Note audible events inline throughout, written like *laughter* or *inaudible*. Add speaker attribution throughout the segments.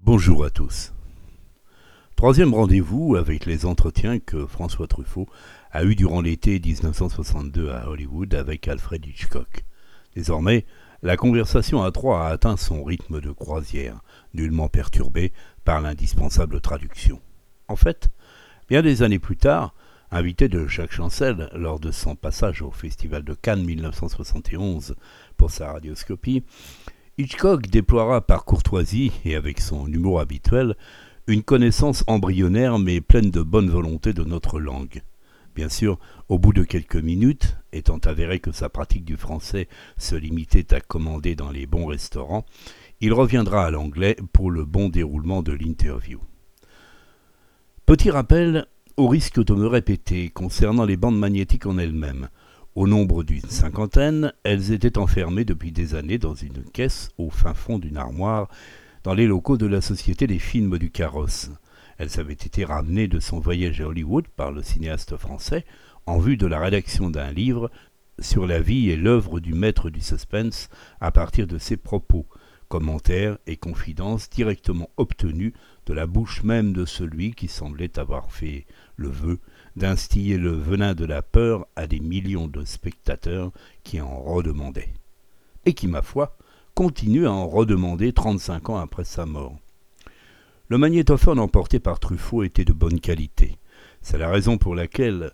Speaker 1: Bonjour à tous. Troisième rendez-vous avec les entretiens que François Truffaut a eus durant l'été 1962 à Hollywood avec Alfred Hitchcock. Désormais, la conversation à trois a atteint son rythme de croisière, nullement perturbé par l'indispensable traduction. En fait, bien des années plus tard, invité de Jacques Chancel lors de son passage au Festival de Cannes 1971 pour sa radioscopie, Hitchcock déploiera par courtoisie et avec son humour habituel une connaissance embryonnaire mais pleine de bonne volonté de notre langue. Bien sûr, au bout de quelques minutes, étant avéré que sa pratique du français se limitait à commander dans les bons restaurants, il reviendra à l'anglais pour le bon déroulement de l'interview. Petit rappel, au risque de me répéter, concernant les bandes magnétiques en elles-mêmes. Au nombre d'une cinquantaine, elles étaient enfermées depuis des années dans une caisse au fin fond d'une armoire dans les locaux de la Société des films du carrosse. Elles avaient été ramenées de son voyage à Hollywood par le cinéaste français en vue de la rédaction d'un livre sur la vie et l'œuvre du maître du suspense à partir de ses propos, commentaires et confidences directement obtenus de la bouche même de celui qui semblait avoir fait le vœu d'instiller le venin de la peur à des millions de spectateurs qui en redemandaient. Et qui, ma foi, continue à en redemander 35 ans après sa mort. Le magnétophone emporté par Truffaut était de bonne qualité. C'est la raison pour laquelle,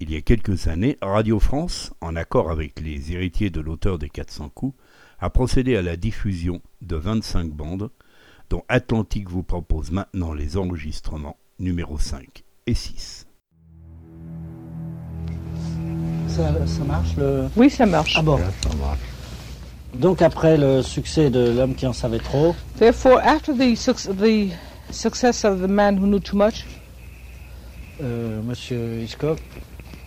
Speaker 1: il y a quelques années, Radio France, en accord avec les héritiers de l'auteur des 400 coups, a procédé à la diffusion de 25 bandes, dont Atlantique vous propose maintenant les enregistrements numéro 5 et 6.
Speaker 2: Ça, ça marche le...
Speaker 3: Oui, ça marche.
Speaker 2: Ah bon. Donc après le succès de L'homme qui en savait trop,
Speaker 3: Therefore, after the, suc- the success of The Man Who Knew Too Much,
Speaker 2: euh, Monsieur Hitchcock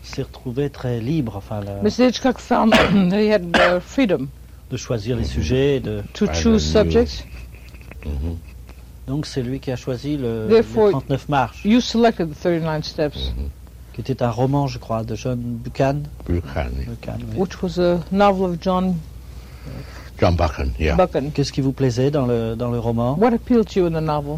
Speaker 2: s'est retrouvé très libre, enfin, la-
Speaker 3: Mr. Hitchcock found that *coughs* he had uh, freedom
Speaker 2: de choisir les sujets. et De...
Speaker 3: to
Speaker 4: I
Speaker 3: choose
Speaker 4: don't know.
Speaker 3: subjects.
Speaker 4: Mm-hmm.
Speaker 2: Donc c'est lui qui a choisi le,
Speaker 3: Therefore-
Speaker 2: les 39 marches,
Speaker 3: You selected the 39 steps,
Speaker 2: qui était un roman, je crois, de John Buchan.
Speaker 4: Buchan.
Speaker 2: Buchan, oui.
Speaker 3: which was a novel of John
Speaker 4: John Buchan, yeah.
Speaker 3: Buchan.
Speaker 2: Qu'est-ce qui vous plaisait dans le, dans le roman
Speaker 3: What appealed to you in the novel?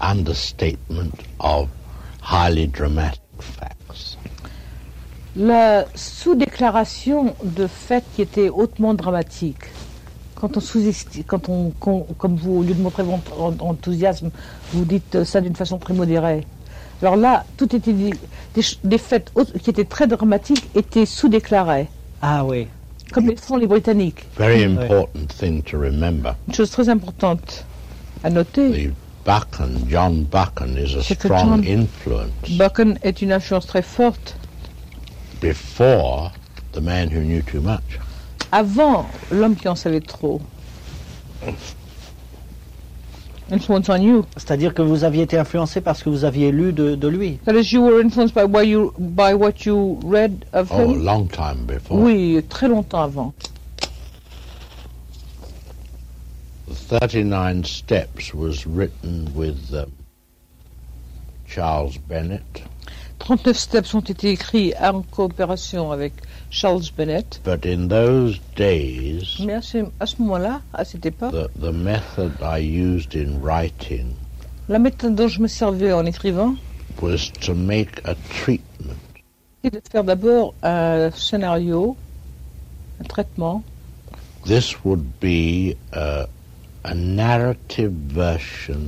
Speaker 4: Understatement of highly dramatic facts.
Speaker 5: La sous-déclaration de faits qui était hautement dramatique, quand on sous-estime, quand on, qu'on- comme vous, au lieu de montrer votre en- enthousiasme, vous dites euh, ça d'une façon très modérée. Alors là, tout était dit, des, ch- des faits haute- qui étaient très dramatiques étaient sous-déclarés,
Speaker 2: Ah oui.
Speaker 5: comme le font les Britanniques.
Speaker 4: Very important thing to remember.
Speaker 3: Une chose très importante à noter,
Speaker 4: The Buchan, John Buchan, is a
Speaker 3: C'est que
Speaker 4: strong
Speaker 3: John-
Speaker 4: influence.
Speaker 3: Buchan est une influence très forte
Speaker 4: Before the man who knew too much,
Speaker 3: avant l'homme qui en savait trop. Influence on you.
Speaker 2: C'est-à-dire que vous aviez été influencé par ce que vous aviez lu de, de lui.
Speaker 3: That is, you were influenced by, what you, by what you read of
Speaker 4: oh, a
Speaker 3: him.
Speaker 4: long time before.
Speaker 3: Oui, très longtemps avant.
Speaker 4: The 39 Steps was written with um, Charles Bennett,
Speaker 3: 39 steps ont été écrits en coopération avec Charles Bennett.
Speaker 4: but in those days,
Speaker 5: Mm-hmm.
Speaker 3: Mais à ce, à ce moment-là, à cette époque,
Speaker 4: the, the method I used in writing
Speaker 3: la méthode dont je me servais en écrivant,
Speaker 4: was to make a treatment
Speaker 3: c'était de faire d'abord un scénario, un traitement.
Speaker 4: This would be a, a narrative version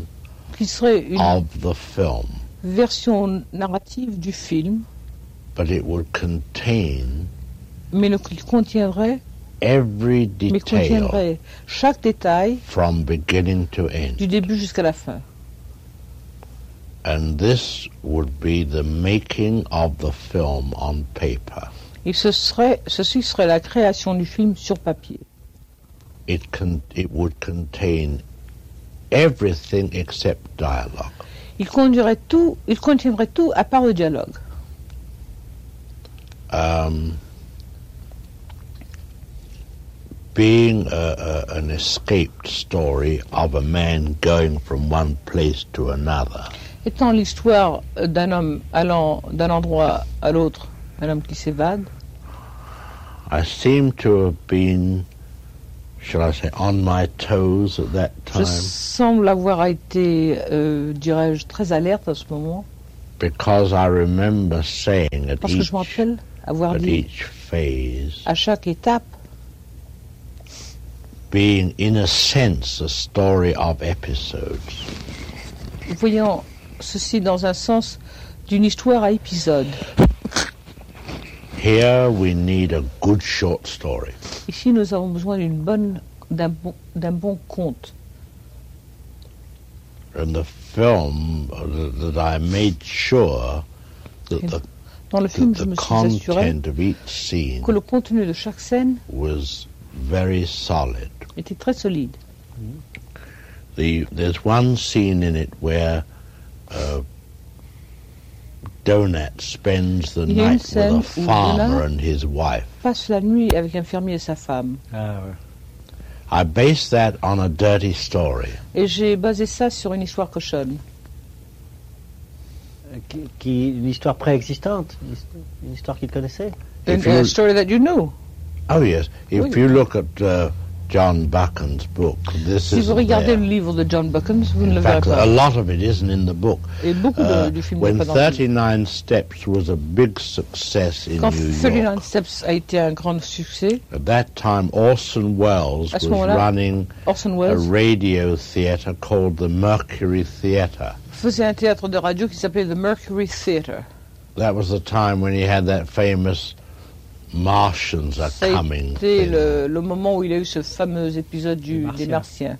Speaker 3: qui serait une
Speaker 5: Mm-hmm.
Speaker 4: of the film,
Speaker 3: version narrative du film,
Speaker 4: but it would contain
Speaker 3: mais ne- qui contiendrait,
Speaker 4: every
Speaker 3: mais
Speaker 4: detail
Speaker 3: contiendrait chaque détail
Speaker 4: from beginning to end.
Speaker 3: du début jusqu'à la fin.
Speaker 4: And this would be the making of the film on paper.
Speaker 3: Et ce serait, ceci serait la création du film sur papier.
Speaker 4: It, con- it would contain everything except dialogue.
Speaker 3: Il conduirait tout, il contiendrait tout à part le dialogue.
Speaker 4: Um, being a, a, an escaped story of a man going from one place to another,
Speaker 3: Étant l'histoire euh, d'un homme allant d'un endroit à l'autre, un homme qui s'évade,
Speaker 4: I seem to have been, shall I say, on my toes at that
Speaker 5: Je
Speaker 4: time
Speaker 5: semble avoir été, euh, dirais-je, très alerte à ce moment,
Speaker 4: because I remember saying at
Speaker 5: parce que je me
Speaker 4: each,
Speaker 5: rappelle avoir
Speaker 4: at
Speaker 5: dit
Speaker 4: each phase,
Speaker 5: à chaque étape,
Speaker 4: being in a sense a story of episodes.
Speaker 5: voyant ceci dans un sens d'une histoire à épisode.
Speaker 4: Here we need a good short story.
Speaker 5: Ici, nous avons besoin d'une bonne, d'un bon, d'un bon conte.
Speaker 4: And the film uh, th- that I made sure that the,
Speaker 5: Dans le
Speaker 4: that
Speaker 5: film, je
Speaker 4: the
Speaker 5: me suis assuré
Speaker 4: content of each scene
Speaker 5: que le contenu de chaque scène
Speaker 4: was very solid.
Speaker 5: était très solide.
Speaker 4: The, there's one scene in it where uh, Donat spends the
Speaker 5: Il y a une
Speaker 4: night with
Speaker 5: scène
Speaker 4: a
Speaker 5: où
Speaker 4: farmer
Speaker 5: Donat-
Speaker 4: and his wife.
Speaker 5: Passe la nuit avec l'infirmier et sa femme.
Speaker 2: Ah ouais.
Speaker 4: I base that on a dirty story.
Speaker 5: Et j'ai basé ça sur une histoire cochonne.
Speaker 2: Euh, Qui, qui- une histoire préexistante, une his- une histoire qu'il connaissait.
Speaker 5: Une
Speaker 4: If you-
Speaker 5: a story that you know.
Speaker 4: Oh yes, if
Speaker 5: Oui.
Speaker 4: you look at uh, John Buchan's book, this
Speaker 5: Si
Speaker 4: is
Speaker 5: vous regardez le livre de John Buchan, vous ne le
Speaker 4: In
Speaker 5: verrez
Speaker 4: fact, a
Speaker 5: pas.
Speaker 4: lot of it isn't in the book.
Speaker 5: Et beaucoup de-
Speaker 4: Uh,
Speaker 5: du film n'est
Speaker 4: when
Speaker 5: pas dans le film.
Speaker 4: 39 Steps was a big success in
Speaker 5: Quand
Speaker 4: New York,
Speaker 5: 39 Steps a été un grand succès,
Speaker 4: at that time Orson Welles
Speaker 5: À
Speaker 4: was
Speaker 5: ce moment-là,
Speaker 4: running
Speaker 5: Orson
Speaker 4: a
Speaker 5: Welles
Speaker 4: radio theatre called the Mercury Theatre.
Speaker 5: faisait un théâtre de radio qui s'appelait The Mercury Theatre.
Speaker 4: That was the time when he had that famous Martians are
Speaker 5: Ça a
Speaker 4: coming.
Speaker 5: été
Speaker 4: thing.
Speaker 5: le, le moment où il a eu ce fameux épisode du,
Speaker 2: Des Martiens.
Speaker 5: des Martiens.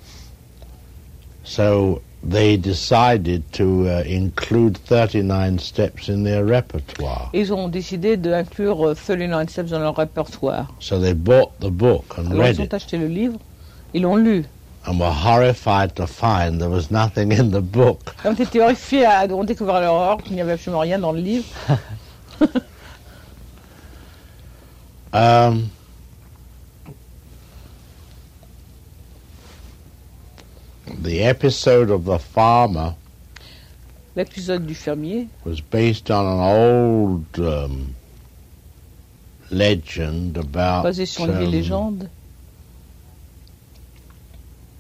Speaker 4: So they decided to uh, include 39 Steps in their repertoire.
Speaker 5: Ils ont décidé d'inclure euh, 39 Steps dans leur répertoire.
Speaker 4: So they bought the book and
Speaker 5: Alors
Speaker 4: read
Speaker 5: ils
Speaker 4: it.
Speaker 5: ont acheté le livre, ils l'ont lu.
Speaker 4: and were horrified to find there was nothing in the book.
Speaker 5: Ils ont été horrifiés à ont découvert l'horreur, qu'il n'y avait absolument rien dans le livre.
Speaker 4: Um, the episode of the farmer
Speaker 5: L'épisode du fermier
Speaker 4: was based on an old um, legend about
Speaker 5: basé sur une
Speaker 4: um,
Speaker 5: vieille légende.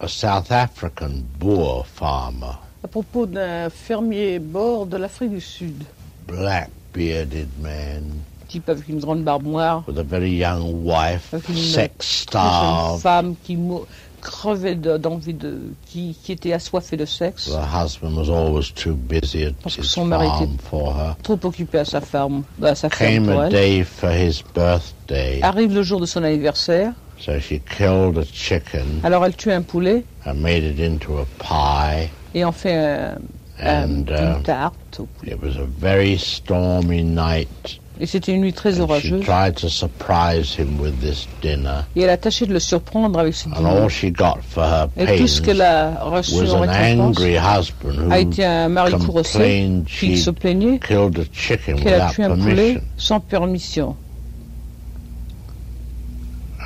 Speaker 4: a South African Boer farmer,
Speaker 5: à propos d'un fermier bord de l'Afrique du Sud,
Speaker 4: black bearded man
Speaker 5: type avec une grande barbe noire,
Speaker 4: with a very young wife,
Speaker 5: Okay, no.
Speaker 4: sex
Speaker 5: une jeune
Speaker 4: starved.
Speaker 5: femme qui mou- crevait de- d'envie de, qui, qui était assoiffée de sexe,
Speaker 4: The husband was always too busy at
Speaker 5: Parce que
Speaker 4: his
Speaker 5: son mari était-
Speaker 4: farm for her.
Speaker 5: trop occupée à sa ferme, à sa ferme
Speaker 4: came
Speaker 5: pour
Speaker 4: a
Speaker 5: elle.
Speaker 4: day for his birthday,
Speaker 5: Arrive le jour de son anniversaire,
Speaker 4: so she killed a chicken
Speaker 5: alors elle tue un poulet
Speaker 4: and made it into a pie,
Speaker 5: et en fait un- un-
Speaker 4: and uh,
Speaker 5: une tarte au poulet.
Speaker 4: it was a very stormy night.
Speaker 5: Et c'était une nuit très
Speaker 4: And she
Speaker 5: orageuse.
Speaker 4: tried to surprise him with this dinner,
Speaker 5: Et elle a tâché de le surprendre avec ce
Speaker 4: and all
Speaker 5: dîner.
Speaker 4: she got for her
Speaker 5: Mm-hmm. Et tout ce
Speaker 4: pains
Speaker 5: qu'elle a reçu
Speaker 4: was
Speaker 5: en
Speaker 4: an
Speaker 5: récompense
Speaker 4: angry husband
Speaker 5: a
Speaker 4: who
Speaker 5: été un mari courroucé
Speaker 4: complained
Speaker 5: qui
Speaker 4: she
Speaker 5: se plaignait
Speaker 4: killed a chicken
Speaker 5: qu'elle a
Speaker 4: without
Speaker 5: tué un poulet
Speaker 4: permission.
Speaker 5: sans permission.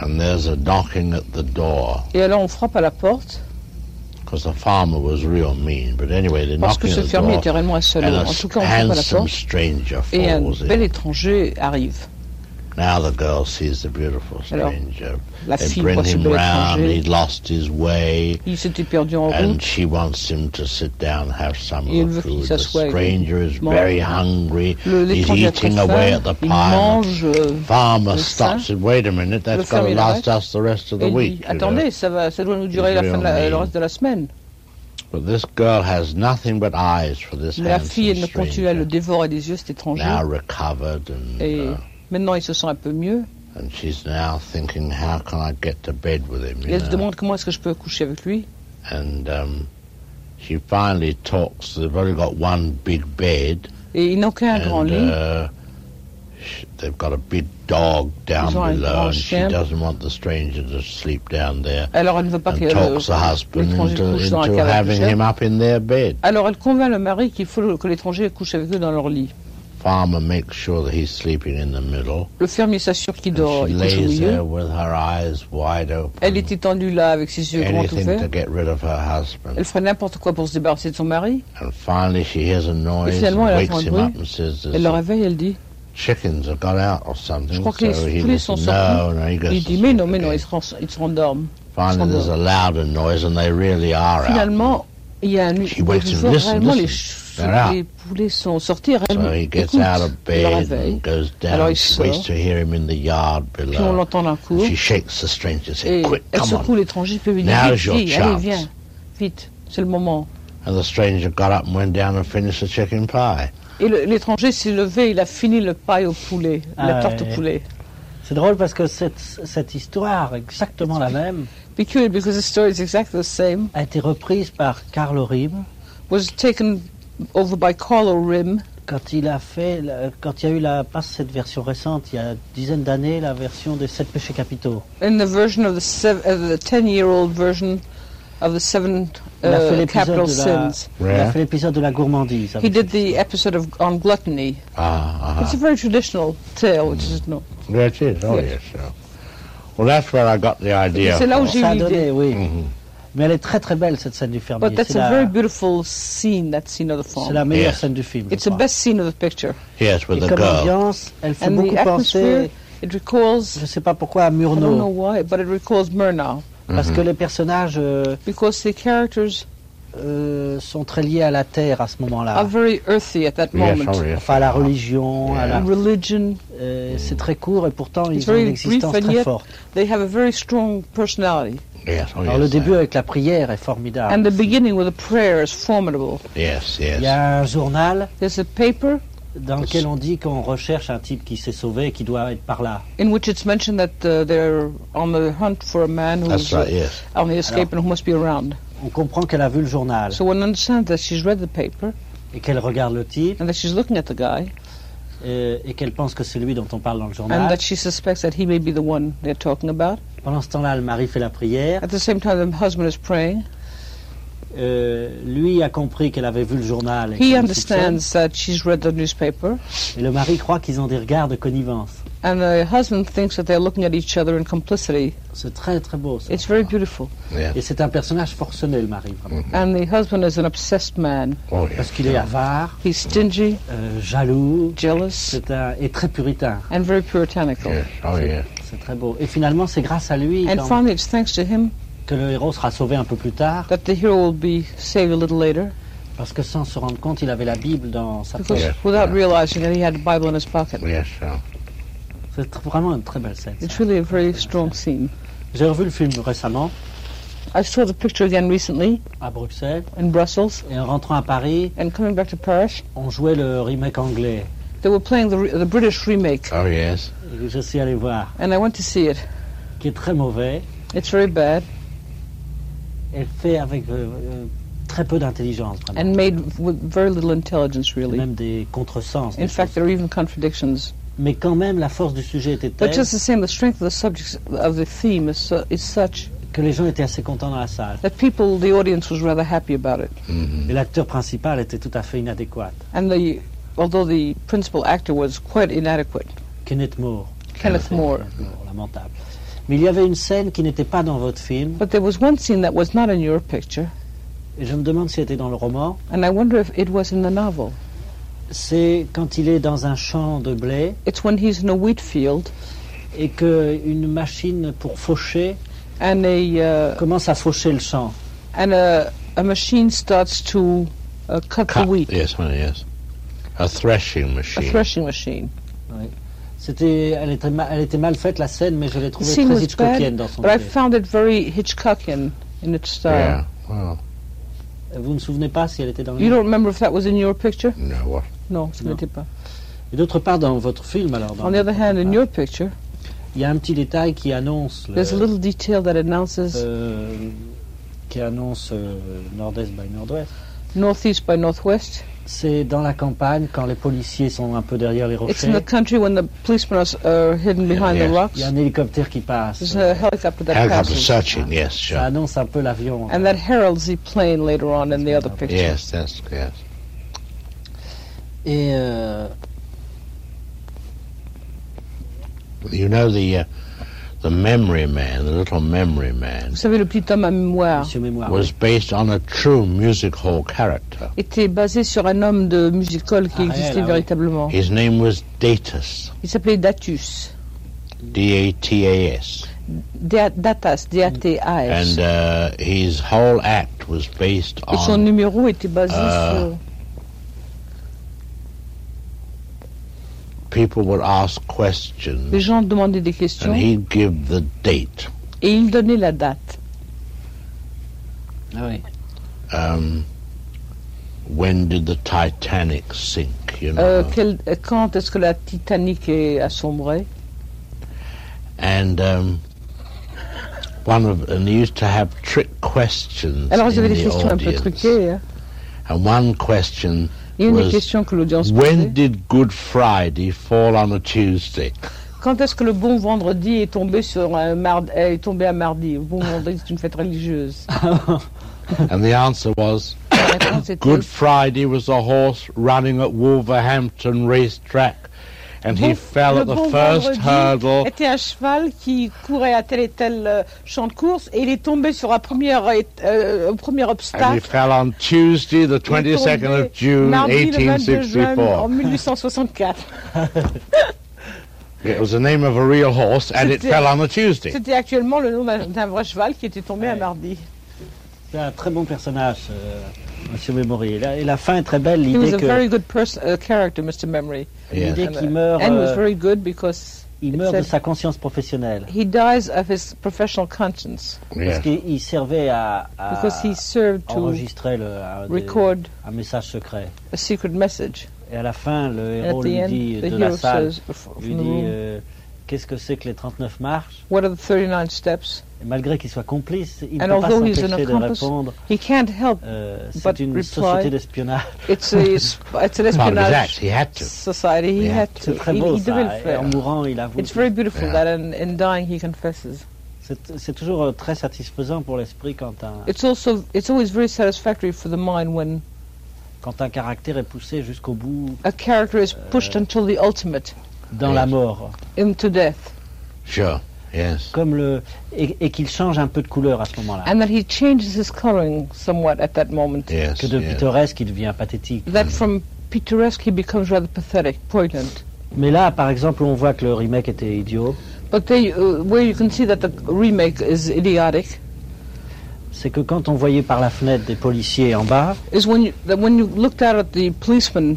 Speaker 4: And there's a knocking at the door
Speaker 5: Et alors on frappe à la porte
Speaker 4: because the farmer was real mean. But anyway, they're
Speaker 5: parce que
Speaker 4: knocking
Speaker 5: ce
Speaker 4: at the door.
Speaker 5: fermier était réellement un
Speaker 4: And
Speaker 5: salaud.
Speaker 4: a
Speaker 5: En tout cas, on frappe à la
Speaker 4: handsome
Speaker 5: porte
Speaker 4: stranger
Speaker 5: et un
Speaker 4: falls
Speaker 5: bel
Speaker 4: in.
Speaker 5: étranger arrive.
Speaker 4: Now the girl sees the beautiful
Speaker 5: Alors,
Speaker 4: stranger.
Speaker 5: La
Speaker 4: They
Speaker 5: fille
Speaker 4: bring
Speaker 5: voit ce
Speaker 4: him
Speaker 5: bel
Speaker 4: round. He
Speaker 5: étranger.
Speaker 4: lost his way.
Speaker 5: Il s'était perdu en
Speaker 4: And
Speaker 5: route.
Speaker 4: she wants him to sit down and have some
Speaker 5: Et elle
Speaker 4: of the
Speaker 5: veut qu'il
Speaker 4: food. The
Speaker 5: s'assoie et
Speaker 4: stranger is
Speaker 5: mange.
Speaker 4: very hungry.
Speaker 5: Le-
Speaker 4: He's
Speaker 5: L'étranger a très
Speaker 4: eating away at the
Speaker 5: faim. Il
Speaker 4: pie.
Speaker 5: mange. euh,
Speaker 4: Farmer
Speaker 5: le
Speaker 4: stops and wait a minute, that's got to
Speaker 5: fermier
Speaker 4: last
Speaker 5: l'arrête.
Speaker 4: us the rest of
Speaker 5: Et
Speaker 4: the
Speaker 5: il
Speaker 4: week.
Speaker 5: dit,
Speaker 4: you know.
Speaker 5: attendez, ça, va, ça doit nous durer la fin de la-
Speaker 4: Really?
Speaker 5: le reste de la semaine.
Speaker 4: But this girl has nothing but eyes for this
Speaker 5: Mais la fille, elle
Speaker 4: handsome
Speaker 5: ne continue à le
Speaker 4: stranger.
Speaker 5: dévorer des yeux, cet étranger.
Speaker 4: Now recovered and
Speaker 5: Et
Speaker 4: uh,
Speaker 5: maintenant, il se sent un peu mieux.
Speaker 4: and she's now thinking, how can I get to bed with him?
Speaker 5: Et
Speaker 4: You
Speaker 5: elle se
Speaker 4: know?
Speaker 5: demande comment est-ce que je peux coucher avec lui.
Speaker 4: and um, she finally talks. They've only got one big bed,
Speaker 5: Et il n'a aucun grand
Speaker 4: and
Speaker 5: lit.
Speaker 4: uh, sh they've got a big dog down
Speaker 5: ont un
Speaker 4: below,
Speaker 5: grand
Speaker 4: and she
Speaker 5: chien.
Speaker 4: doesn't want the stranger to sleep down there,
Speaker 5: Alors, elle ne veut pas que
Speaker 4: and
Speaker 5: le-
Speaker 4: talks the husband
Speaker 5: l'étranger
Speaker 4: into,
Speaker 5: couche dans la
Speaker 4: into
Speaker 5: cave à
Speaker 4: having
Speaker 5: coucher.
Speaker 4: him up in their bed.
Speaker 5: Alors, elle convainc le mari qu'il faut que l'étranger couche avec eux dans leur lit.
Speaker 4: Farmer makes sure that he's sleeping in the middle.
Speaker 5: Le fermier s'assure qu'il
Speaker 4: and
Speaker 5: dort,
Speaker 4: she
Speaker 5: il couche au
Speaker 4: lays there
Speaker 5: milieu.
Speaker 4: with her eyes wide
Speaker 5: Elle
Speaker 4: open,
Speaker 5: est étendue là avec ses yeux grands
Speaker 4: anything
Speaker 5: ouverts.
Speaker 4: to get rid of her husband.
Speaker 5: Elle ferait n'importe quoi pour se débarrasser de son mari.
Speaker 4: And finally, she hears a noise,
Speaker 5: finalement,
Speaker 4: and
Speaker 5: elle
Speaker 4: wakes
Speaker 5: entend un
Speaker 4: him
Speaker 5: bruit.
Speaker 4: up, and says,
Speaker 5: Elle
Speaker 4: "There's
Speaker 5: le
Speaker 4: a
Speaker 5: réveille, elle dit
Speaker 4: chickens have got out or something.
Speaker 5: Je crois que
Speaker 4: so
Speaker 5: les
Speaker 4: he
Speaker 5: poules sont
Speaker 4: listens, no, no, he goes
Speaker 5: Il
Speaker 4: to
Speaker 5: dit mais
Speaker 4: sleep
Speaker 5: non, mais non,
Speaker 4: again.
Speaker 5: ils se, ren- ils se rendorment.
Speaker 4: Finally, there's a louder noise, and they really are out.
Speaker 5: Finalement, il y a un
Speaker 4: She wakes
Speaker 5: ils
Speaker 4: and
Speaker 5: ont
Speaker 4: listens,
Speaker 5: vraiment les,
Speaker 4: listens.
Speaker 5: ch-
Speaker 4: They're
Speaker 5: les poulets sont sortis
Speaker 4: So
Speaker 5: réellement.
Speaker 4: he gets
Speaker 5: Écoute,
Speaker 4: out of
Speaker 5: il le
Speaker 4: bed
Speaker 5: réveille,
Speaker 4: and goes
Speaker 5: Alors,
Speaker 4: down.
Speaker 5: il
Speaker 4: She waits
Speaker 5: sort.
Speaker 4: to hear him in the yard
Speaker 5: puis on
Speaker 4: below.
Speaker 5: l'entend d'un
Speaker 4: And
Speaker 5: coup,
Speaker 4: she shakes the stranger,
Speaker 5: et
Speaker 4: saying, "Quick,
Speaker 5: elle
Speaker 4: come
Speaker 5: secoue
Speaker 4: on!"
Speaker 5: l'étranger, puis elle lui dit
Speaker 4: Now's
Speaker 5: vite,
Speaker 4: your
Speaker 5: fille, allez,
Speaker 4: chance.
Speaker 5: viens, vite, c'est le moment.
Speaker 4: And the stranger got up and went down and finished the chicken pie.
Speaker 5: Et le- l'étranger s'est levé, il a fini le paille au poulet, la
Speaker 2: Ah,
Speaker 5: tarte
Speaker 2: ouais.
Speaker 5: au poulet.
Speaker 2: C'est drôle parce que cette, cette histoire, exactement la même,
Speaker 5: Peculiar because the story is exactly the same.
Speaker 2: a été reprise par Carl Orim
Speaker 5: Was taken over by Carlo Rim
Speaker 2: quand il a fait, la- quand il y a eu la passe cette version récente, il y a une dizaine d'années, la version des sept péchés capitaux.
Speaker 5: in the version of the sev- of the ten-year-old version of the seven
Speaker 2: Il a fait
Speaker 5: uh,
Speaker 2: l'épisode
Speaker 5: capital
Speaker 2: de la- Ah,
Speaker 5: sins.
Speaker 2: Il a
Speaker 4: Yeah.
Speaker 2: fait l'épisode de la gourmandise.
Speaker 5: He
Speaker 2: avec
Speaker 5: did
Speaker 2: cette
Speaker 5: the
Speaker 2: histoire.
Speaker 5: episode of on gluttony.
Speaker 4: Ah,
Speaker 5: It's a
Speaker 4: uh-huh.
Speaker 5: very traditional tale, which
Speaker 2: Mm.
Speaker 5: is not.
Speaker 4: Yeah, it is. Oh,
Speaker 5: Yes.
Speaker 4: yes. yeah. Well, that's where I got the idea.
Speaker 5: C'est là où
Speaker 4: from.
Speaker 5: j'ai
Speaker 2: Ça a
Speaker 5: eu l'idée.
Speaker 2: donné, oui.
Speaker 4: Mhm.
Speaker 2: Mais elle est très très belle cette scène du fermier.
Speaker 5: But that's
Speaker 2: C'est
Speaker 5: a
Speaker 2: la,
Speaker 5: very beautiful scene, that scene of the
Speaker 2: c'est
Speaker 5: farm.
Speaker 2: la meilleure
Speaker 4: Yeah.
Speaker 2: scène du film. je
Speaker 5: It's the
Speaker 2: crois.
Speaker 5: best scene of the picture.
Speaker 4: Yes,
Speaker 2: Et
Speaker 4: with the
Speaker 2: comme
Speaker 4: girl.
Speaker 2: ambiance, elle fait
Speaker 5: And
Speaker 2: beaucoup
Speaker 5: the
Speaker 2: penser,
Speaker 5: atmosphere, it recalls,
Speaker 2: je sais pas pourquoi, à
Speaker 5: I don't know
Speaker 2: Murnau.
Speaker 5: why, but it recalls Murnau.
Speaker 2: Parce que les personnages euh,
Speaker 5: Because the characters
Speaker 2: euh, sont très liés à la terre à ce
Speaker 5: are
Speaker 2: moment-là.
Speaker 5: very earthy at that
Speaker 4: Ah. Yes,
Speaker 5: moment.
Speaker 4: oh, yes.
Speaker 2: Enfin, à
Speaker 4: *laughs*
Speaker 2: la religion, à la-
Speaker 5: Religion,
Speaker 2: euh, c'est très court et pourtant
Speaker 5: It's
Speaker 2: ils ont une
Speaker 5: very
Speaker 2: existence
Speaker 5: brief and
Speaker 2: très
Speaker 5: yet-
Speaker 2: forte.
Speaker 5: they have a very strong personality.
Speaker 4: Yes, oh,
Speaker 2: Alors
Speaker 4: yes.
Speaker 2: le début
Speaker 4: yeah.
Speaker 2: avec la prière est formidable.
Speaker 5: And the beginning with a prayer is formidable.
Speaker 4: Yes,
Speaker 2: Il y a un journal
Speaker 5: There's a paper
Speaker 2: dans lequel on dit qu'on recherche un type qui s'est sauvé et qui doit être par là.
Speaker 5: in which it's mentioned that uh, they're on the hunt for a man
Speaker 4: That's
Speaker 5: who's
Speaker 4: right, yes.
Speaker 5: on the escape and who must be around.
Speaker 2: On comprend qu'elle a vu le journal
Speaker 5: So one understands that she's read the paper
Speaker 2: et qu'elle regarde le type
Speaker 5: and that she's looking at the guy
Speaker 2: euh, et qu'elle pense que c'est lui dont on parle dans le
Speaker 5: and
Speaker 2: journal.
Speaker 5: that she suspects that he may be the one they're talking about.
Speaker 2: Pendant ce temps-là, le mari fait la prière.
Speaker 5: At the same time, the husband is praying.
Speaker 2: Euh, lui a compris qu'elle avait vu le journal. Et,
Speaker 5: He
Speaker 2: qu'il soupçonne.
Speaker 5: understands that she's read the newspaper,
Speaker 2: Et le mari croit qu'ils ont des regards de connivence.
Speaker 5: and the husband thinks that they're looking at each other in complicity.
Speaker 2: C'est très très beau. ça.
Speaker 5: It's very beautiful.
Speaker 4: yes.
Speaker 2: Et c'est un personnage forcené, le mari, vraiment.
Speaker 5: And the husband is an obsessed man.
Speaker 4: Oh, yes.
Speaker 2: Parce qu'il est avare,
Speaker 5: He's stingy,
Speaker 2: euh, jaloux,
Speaker 5: jealous,
Speaker 2: c'est un, et très puritain.
Speaker 5: and very puritanical.
Speaker 4: Yes, oh, yes.
Speaker 2: C'est très beau. Et finalement, c'est grâce à lui
Speaker 5: And
Speaker 2: quand-
Speaker 5: finally, it's thanks to him
Speaker 2: que le héros sera sauvé un peu plus tard,
Speaker 5: that the hero will be saved a little later,
Speaker 2: parce que sans se rendre compte, il avait la Bible dans sa
Speaker 5: because
Speaker 2: poche.
Speaker 4: Yeah.
Speaker 5: without realizing that he had a Bible in his pocket.
Speaker 4: Yes, oh.
Speaker 2: C'est tr- vraiment une très belle scène. ça.
Speaker 5: It's really a very strong scene.
Speaker 2: J'ai revu le film récemment
Speaker 5: I saw the picture again recently
Speaker 2: à Bruxelles,
Speaker 5: in Brussels,
Speaker 2: et en rentrant à Paris,
Speaker 5: and coming back to Paris,
Speaker 2: on jouait le remake anglais.
Speaker 5: they were playing the, re- the British remake,
Speaker 4: Oh, yes.
Speaker 2: Et Je suis allé voir,
Speaker 5: and I went to see it.
Speaker 2: qui est très mauvais,
Speaker 5: It's very bad
Speaker 2: et fait avec euh, euh, très peu d'intelligence, vraiment.
Speaker 5: and made with very little intelligence,
Speaker 2: C'est
Speaker 5: really.
Speaker 2: même des contresens. des
Speaker 5: In fact,
Speaker 2: choses.
Speaker 5: there are even contradictions.
Speaker 2: Mais quand même, la force du sujet était
Speaker 5: But
Speaker 2: telle
Speaker 5: just the same, the strength of the subject of the theme is, su is such
Speaker 2: que les gens étaient assez contents dans la salle.
Speaker 5: that people, the audience, was rather happy about it.
Speaker 2: Et l'acteur principal était tout à fait inadéquat.
Speaker 5: And the, although the principal actor was quite inadequate,
Speaker 2: Kenneth Moore.
Speaker 5: Kenneth Moore.
Speaker 2: Moore, lamentable. Mais il y avait une scène qui n'était pas dans votre film,
Speaker 5: But there was one scene that was not in your picture,
Speaker 2: et je me demande si elle était dans le roman.
Speaker 5: and I wonder if it was in the novel.
Speaker 2: C'est quand il est dans un champ de blé
Speaker 5: It's when he's in a wheat field
Speaker 2: et qu'une machine pour faucher
Speaker 5: and a uh,
Speaker 2: commence à faucher le champ.
Speaker 5: and a, a machine starts to uh, cut,
Speaker 4: Cut.
Speaker 5: the wheat,
Speaker 4: Yes, oh, yes. A threshing
Speaker 5: a
Speaker 4: machine.
Speaker 5: threshing machine.
Speaker 2: C'était, elle, était ma- elle était mal faite la scène, mais je l'ai
Speaker 5: The
Speaker 2: trouvée
Speaker 5: scene
Speaker 2: très
Speaker 5: was
Speaker 2: Hitchcockienne
Speaker 5: bad,
Speaker 2: dans son
Speaker 5: but I
Speaker 2: idée.
Speaker 5: found it very Hitchcockian in its style.
Speaker 4: Yeah. Well,
Speaker 2: Vous ne vous souvenez pas si elle était dans le
Speaker 5: You don't remember if that was in your picture?
Speaker 4: no, what?
Speaker 5: No, ce
Speaker 2: No.
Speaker 5: n'était pas.
Speaker 2: Et d'autre part, dans votre film, alors, dans
Speaker 5: On the other hand, in your picture,
Speaker 2: il y a un petit détail qui annonce le-
Speaker 5: there's a little detail that announces
Speaker 2: euh, qui annonce euh, Nord-Est by Nord-Ouest.
Speaker 5: northeast by northwest.
Speaker 2: C'est dans la campagne, quand les policiers sont un peu derrière les
Speaker 5: It's in the
Speaker 2: rochers,
Speaker 5: country when the policemen are s- are hidden behind the
Speaker 4: yes.
Speaker 5: rocks.
Speaker 2: il y a un hélicoptère qui passe.
Speaker 5: There's a helicopter that
Speaker 4: Helicopter
Speaker 5: passes.
Speaker 4: searching, yes,
Speaker 2: Ça
Speaker 4: sure.
Speaker 2: annonce un peu l'avion.
Speaker 5: And that heralds the plane later on in the other picture.
Speaker 4: Yes, that's, yes.
Speaker 2: Et euh,
Speaker 4: You know the uh, The Memory Man, the Little Memory Man,
Speaker 5: Vous savez, le petit homme à mémoire
Speaker 2: Monsieur Mémoire.
Speaker 4: was based on a true music hall character.
Speaker 5: était basé sur un homme de music hall qui
Speaker 2: Ah,
Speaker 5: existait
Speaker 2: elle, ah oui.
Speaker 5: véritablement.
Speaker 4: His name was Datus,
Speaker 5: Il s'appelait Datus.
Speaker 4: D A T A S,
Speaker 5: Da- Datas, D-A-T-A-S.
Speaker 4: and uh, his whole act was based
Speaker 5: Et son
Speaker 4: on
Speaker 5: numéro était basé
Speaker 4: Euh,
Speaker 5: sur...
Speaker 4: people would ask
Speaker 5: Les
Speaker 4: questions,
Speaker 5: gens demandaient des questions
Speaker 4: and he'd give the date.
Speaker 5: et il donnait la date.
Speaker 2: Ah oui.
Speaker 4: Um, when did the Titanic sink? You know,
Speaker 5: Euh, quel- euh, quand est-ce que la Titanic est assombrée
Speaker 4: and um, one of and they used to have trick questions
Speaker 5: Alors,
Speaker 4: in
Speaker 5: ils avaient des
Speaker 4: the
Speaker 5: questions un peu
Speaker 4: audience.
Speaker 5: truquées. hein.
Speaker 4: And one question
Speaker 5: Il y a une
Speaker 4: was
Speaker 5: question que l'audience posait.
Speaker 4: When did Good Friday fall on
Speaker 5: *laughs*
Speaker 4: a Tuesday?
Speaker 5: Quand est-ce que le bon vendredi est tombé sur un mardi, euh, est tombé à mardi Le bon vendredi, c'est une fête
Speaker 4: *coughs*
Speaker 5: religieuse.
Speaker 4: And the answer was
Speaker 5: La réponse était,
Speaker 4: Good Friday was a horse running at Wolverhampton racetrack, and
Speaker 5: Bon-
Speaker 4: he fell
Speaker 5: le
Speaker 4: at the
Speaker 5: bon
Speaker 4: first
Speaker 5: vendredi
Speaker 4: hurdle.
Speaker 5: était un cheval qui courait à tel et tel euh, champ de course et il est tombé sur un premier, euh, euh, premier
Speaker 4: And he
Speaker 5: obstacle.
Speaker 4: fell on Tuesday, the 22nd of June,
Speaker 5: mardi le 22 juin en
Speaker 4: 1864.
Speaker 5: 1864.
Speaker 4: *laughs* It was the name of a real horse, and it
Speaker 5: C'était-
Speaker 4: fell on a Tuesday.
Speaker 5: C'était actuellement le nom d'un- d'un vrai cheval qui était tombé à
Speaker 2: Ouais.
Speaker 5: mardi.
Speaker 2: C'est un très bon personnage, euh, Monsieur Mémoire. Et la, et la fin est très belle,
Speaker 5: He was
Speaker 2: l'idée
Speaker 5: a
Speaker 2: que-
Speaker 5: very good pers- uh, character, Mr. Memory.
Speaker 4: Yes.
Speaker 2: l'idée qu'il meurt,
Speaker 5: And was
Speaker 2: euh,
Speaker 5: very good because
Speaker 2: il meurt de
Speaker 5: Except-
Speaker 2: sa conscience professionnelle.
Speaker 5: he dies of his professional conscience
Speaker 4: Yeah.
Speaker 2: Parce qu'il il servait à, à
Speaker 5: because he served to
Speaker 2: enregistrer le, un, des-
Speaker 5: record
Speaker 2: un message secret.
Speaker 5: a secret message.
Speaker 2: Et à la fin, le
Speaker 5: And
Speaker 2: héros
Speaker 5: at the
Speaker 2: lui
Speaker 5: end,
Speaker 2: dit
Speaker 5: the
Speaker 2: de la
Speaker 5: hero
Speaker 2: salle,
Speaker 5: says, uh, f-
Speaker 2: lui
Speaker 5: from the
Speaker 2: dit
Speaker 5: room,
Speaker 2: euh, qu'est-ce que c'est que les 39 marches
Speaker 5: "What are the 39 steps?"
Speaker 2: Et Malgré qu'il soit complice, il ne
Speaker 5: And
Speaker 2: peut pas
Speaker 5: although he's an
Speaker 2: s'empêcher de
Speaker 5: accomplice-
Speaker 2: répondre.
Speaker 5: He
Speaker 2: *laughs*
Speaker 5: can't help.
Speaker 2: euh,
Speaker 5: but
Speaker 2: c'est une
Speaker 5: reply-
Speaker 2: société d'espionnage.
Speaker 5: It's a it's an
Speaker 4: Part of his
Speaker 5: espionage
Speaker 4: act, he had to.
Speaker 5: society. He
Speaker 4: Yeah.
Speaker 5: had to.
Speaker 2: C'est très
Speaker 5: He,
Speaker 2: beau
Speaker 5: he devait le
Speaker 2: ça. Et en
Speaker 5: faire.
Speaker 2: mourant, il avoue.
Speaker 5: It's
Speaker 2: qu'il-
Speaker 5: very beautiful
Speaker 4: Yeah.
Speaker 5: that in, in dying he confesses.
Speaker 2: C'est c'est toujours euh, très satisfaisant pour l'esprit quand un,
Speaker 5: It's also it's always very satisfactory for the mind when
Speaker 2: quand un caractère est poussé jusqu'au bout
Speaker 5: a character is pushed until the ultimate,
Speaker 2: dans
Speaker 4: Oui.
Speaker 2: la mort,
Speaker 5: into death,
Speaker 4: Sure, yes.
Speaker 2: comme le et, et qu'il change un peu de couleur à ce moment-là,
Speaker 5: and that he changes his coloring somewhat at that moment.
Speaker 4: Yes.
Speaker 2: que de
Speaker 4: yes.
Speaker 2: pittoresque il devient pathétique.
Speaker 5: That from picturesque he becomes rather pathetic, poignant.
Speaker 2: Mais là, par exemple, on voit que le remake était idiot,
Speaker 5: But they, uh, where you can see that the remake is idiotic
Speaker 2: c'est que quand on voyait par la fenêtre des policiers en bas,
Speaker 5: is when you, that when you looked out at the policemen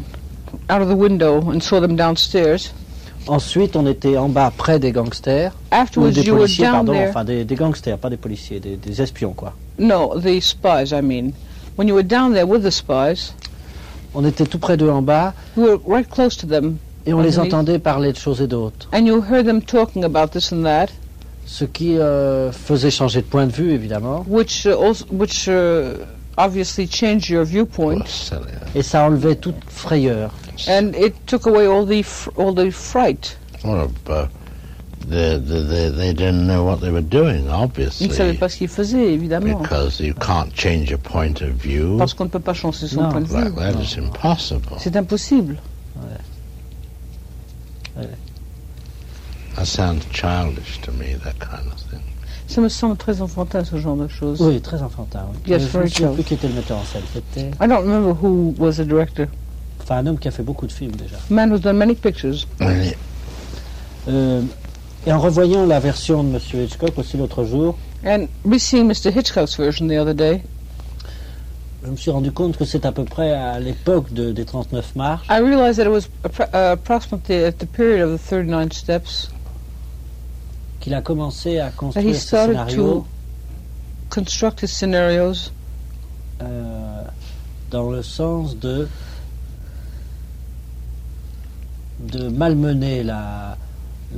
Speaker 5: out of the window and saw them downstairs.
Speaker 2: ensuite on était en bas près des gangsters ou
Speaker 5: Afterwards,
Speaker 2: des
Speaker 5: you were
Speaker 2: policiers,
Speaker 5: down
Speaker 2: pardon,
Speaker 5: there.
Speaker 2: enfin des, des gangsters, pas des policiers, des, des espions quoi.
Speaker 5: No, the spies. I mean, when you were down there with the spies,
Speaker 2: On était tout près d'eux en bas
Speaker 5: you were right close to them,
Speaker 2: et on les
Speaker 5: Underneath.
Speaker 2: entendait parler de choses et d'autres,
Speaker 5: and you heard them talking about this and that,
Speaker 2: ce qui euh, faisait changer de point de vue évidemment
Speaker 5: which uh, also, which uh, obviously changed your
Speaker 4: Well,
Speaker 5: viewpoint,
Speaker 4: silly.
Speaker 2: et ça enlevait toute frayeur.
Speaker 5: and it took away all the fr- all the fright.
Speaker 4: Well, uh, they, they, they, they didn't know what they were doing,
Speaker 5: Ils ne savaient
Speaker 4: obviously,
Speaker 5: pas ce qu'ils faisaient, évidemment,
Speaker 4: because you can't change your point of view
Speaker 5: parce qu'on ne peut pas changer son
Speaker 2: Non.
Speaker 5: point de vue.
Speaker 4: like that. It's impossible.
Speaker 5: C'est impossible.
Speaker 4: That sounds childish to me, that kind of thing.
Speaker 5: Ça me semble très enfantin ce genre de choses.
Speaker 2: Oui, très enfantin. Oui. Mais
Speaker 5: Yes,
Speaker 2: je ne
Speaker 5: very
Speaker 2: sais
Speaker 5: true.
Speaker 2: plus qui était le metteur en scène. C'était
Speaker 5: I don't remember who was the director.
Speaker 2: enfin un homme qui a fait beaucoup de films déjà.
Speaker 5: Man who's done many pictures.
Speaker 4: Really?
Speaker 2: Euh, et en revoyant la version de Monsieur Hitchcock aussi l'autre jour,
Speaker 5: And re-seeing Mr. Hitchcock's version the other day,
Speaker 2: je me suis rendu compte que c'est à peu près à l'époque de- des 39 marches.
Speaker 5: I realized that it was appro- uh, approximately at the period of the 39 steps
Speaker 2: qu'il a commencé à
Speaker 5: that he
Speaker 2: construire ce
Speaker 5: started to
Speaker 2: scénario
Speaker 5: construct his scenarios
Speaker 2: euh, dans le sens de de malmener la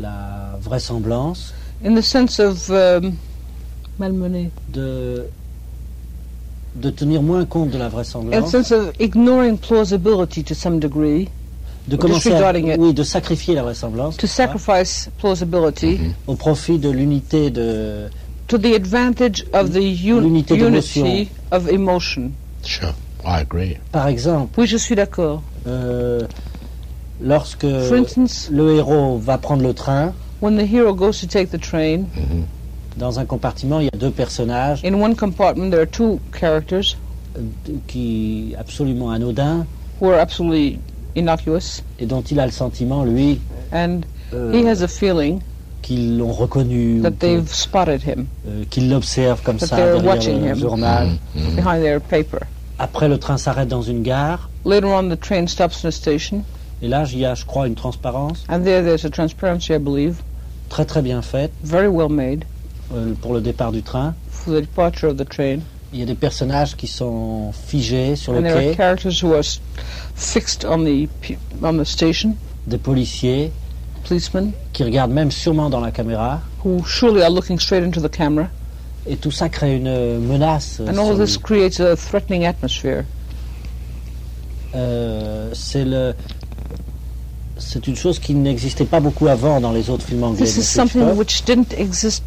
Speaker 2: la vraisemblance,
Speaker 5: in the sense of um, malmené,
Speaker 2: de de tenir moins compte de la
Speaker 5: in the
Speaker 2: vraisemblance.
Speaker 5: sense of ignoring plausibility to some degree,
Speaker 2: de commencer à,
Speaker 5: Disregarding it.
Speaker 2: oui, de sacrifier la vraisemblance
Speaker 5: to
Speaker 2: n'est-ce pas,
Speaker 5: sacrifice plausibility
Speaker 2: au profit de l'unité de
Speaker 5: to the advantage of the un-
Speaker 2: L'unité d'émotion.
Speaker 5: unity of emotion.
Speaker 4: Sure, I agree.
Speaker 2: par exemple
Speaker 5: Oui, je suis d'accord.
Speaker 2: euh, lorsque
Speaker 5: For instance,
Speaker 2: le héros va prendre le train
Speaker 5: When the hero goes to take the train,
Speaker 2: Dans un compartiment, il y a deux personnages
Speaker 5: in one compartment there are two characters
Speaker 2: euh, qui absolument anodins
Speaker 5: who are absolutely innocuous,
Speaker 2: et dont il a le sentiment, lui,
Speaker 5: and
Speaker 2: euh,
Speaker 5: he has a feeling
Speaker 2: qu'ils l'ont reconnu, ou
Speaker 5: that
Speaker 2: que-
Speaker 5: they've spotted him
Speaker 2: euh, qu'ils l'observent comme
Speaker 5: that
Speaker 2: ça
Speaker 5: they're
Speaker 2: derrière
Speaker 5: watching
Speaker 2: le
Speaker 5: him.
Speaker 2: journal.
Speaker 5: behind their paper.
Speaker 2: Après, le train s'arrête dans une gare,
Speaker 5: Later on, the train stops in a station,
Speaker 2: et là, il y a, je crois, une transparence
Speaker 5: and there there's a transparency, I believe,
Speaker 2: très très bien faite
Speaker 5: very well made
Speaker 2: euh, pour le départ du train.
Speaker 5: for the departure of the train.
Speaker 2: Il y a des personnages qui sont figés sur le
Speaker 5: And there are
Speaker 2: quai,
Speaker 5: characters who are s- fixed on the pe- on the station,
Speaker 2: des policiers
Speaker 5: policemen
Speaker 2: qui regardent même sûrement dans la caméra,
Speaker 5: who surely are looking straight into the camera,
Speaker 2: et tout ça crée une euh, menace. euh,
Speaker 5: and all
Speaker 2: sur
Speaker 5: this
Speaker 2: lui.
Speaker 5: creates a threatening atmosphere.
Speaker 2: Euh, C'est le c'est une chose qui n'existait pas beaucoup avant dans les autres films anglais.
Speaker 5: This
Speaker 2: de
Speaker 5: is something
Speaker 2: Hitchcock,
Speaker 5: which didn't exist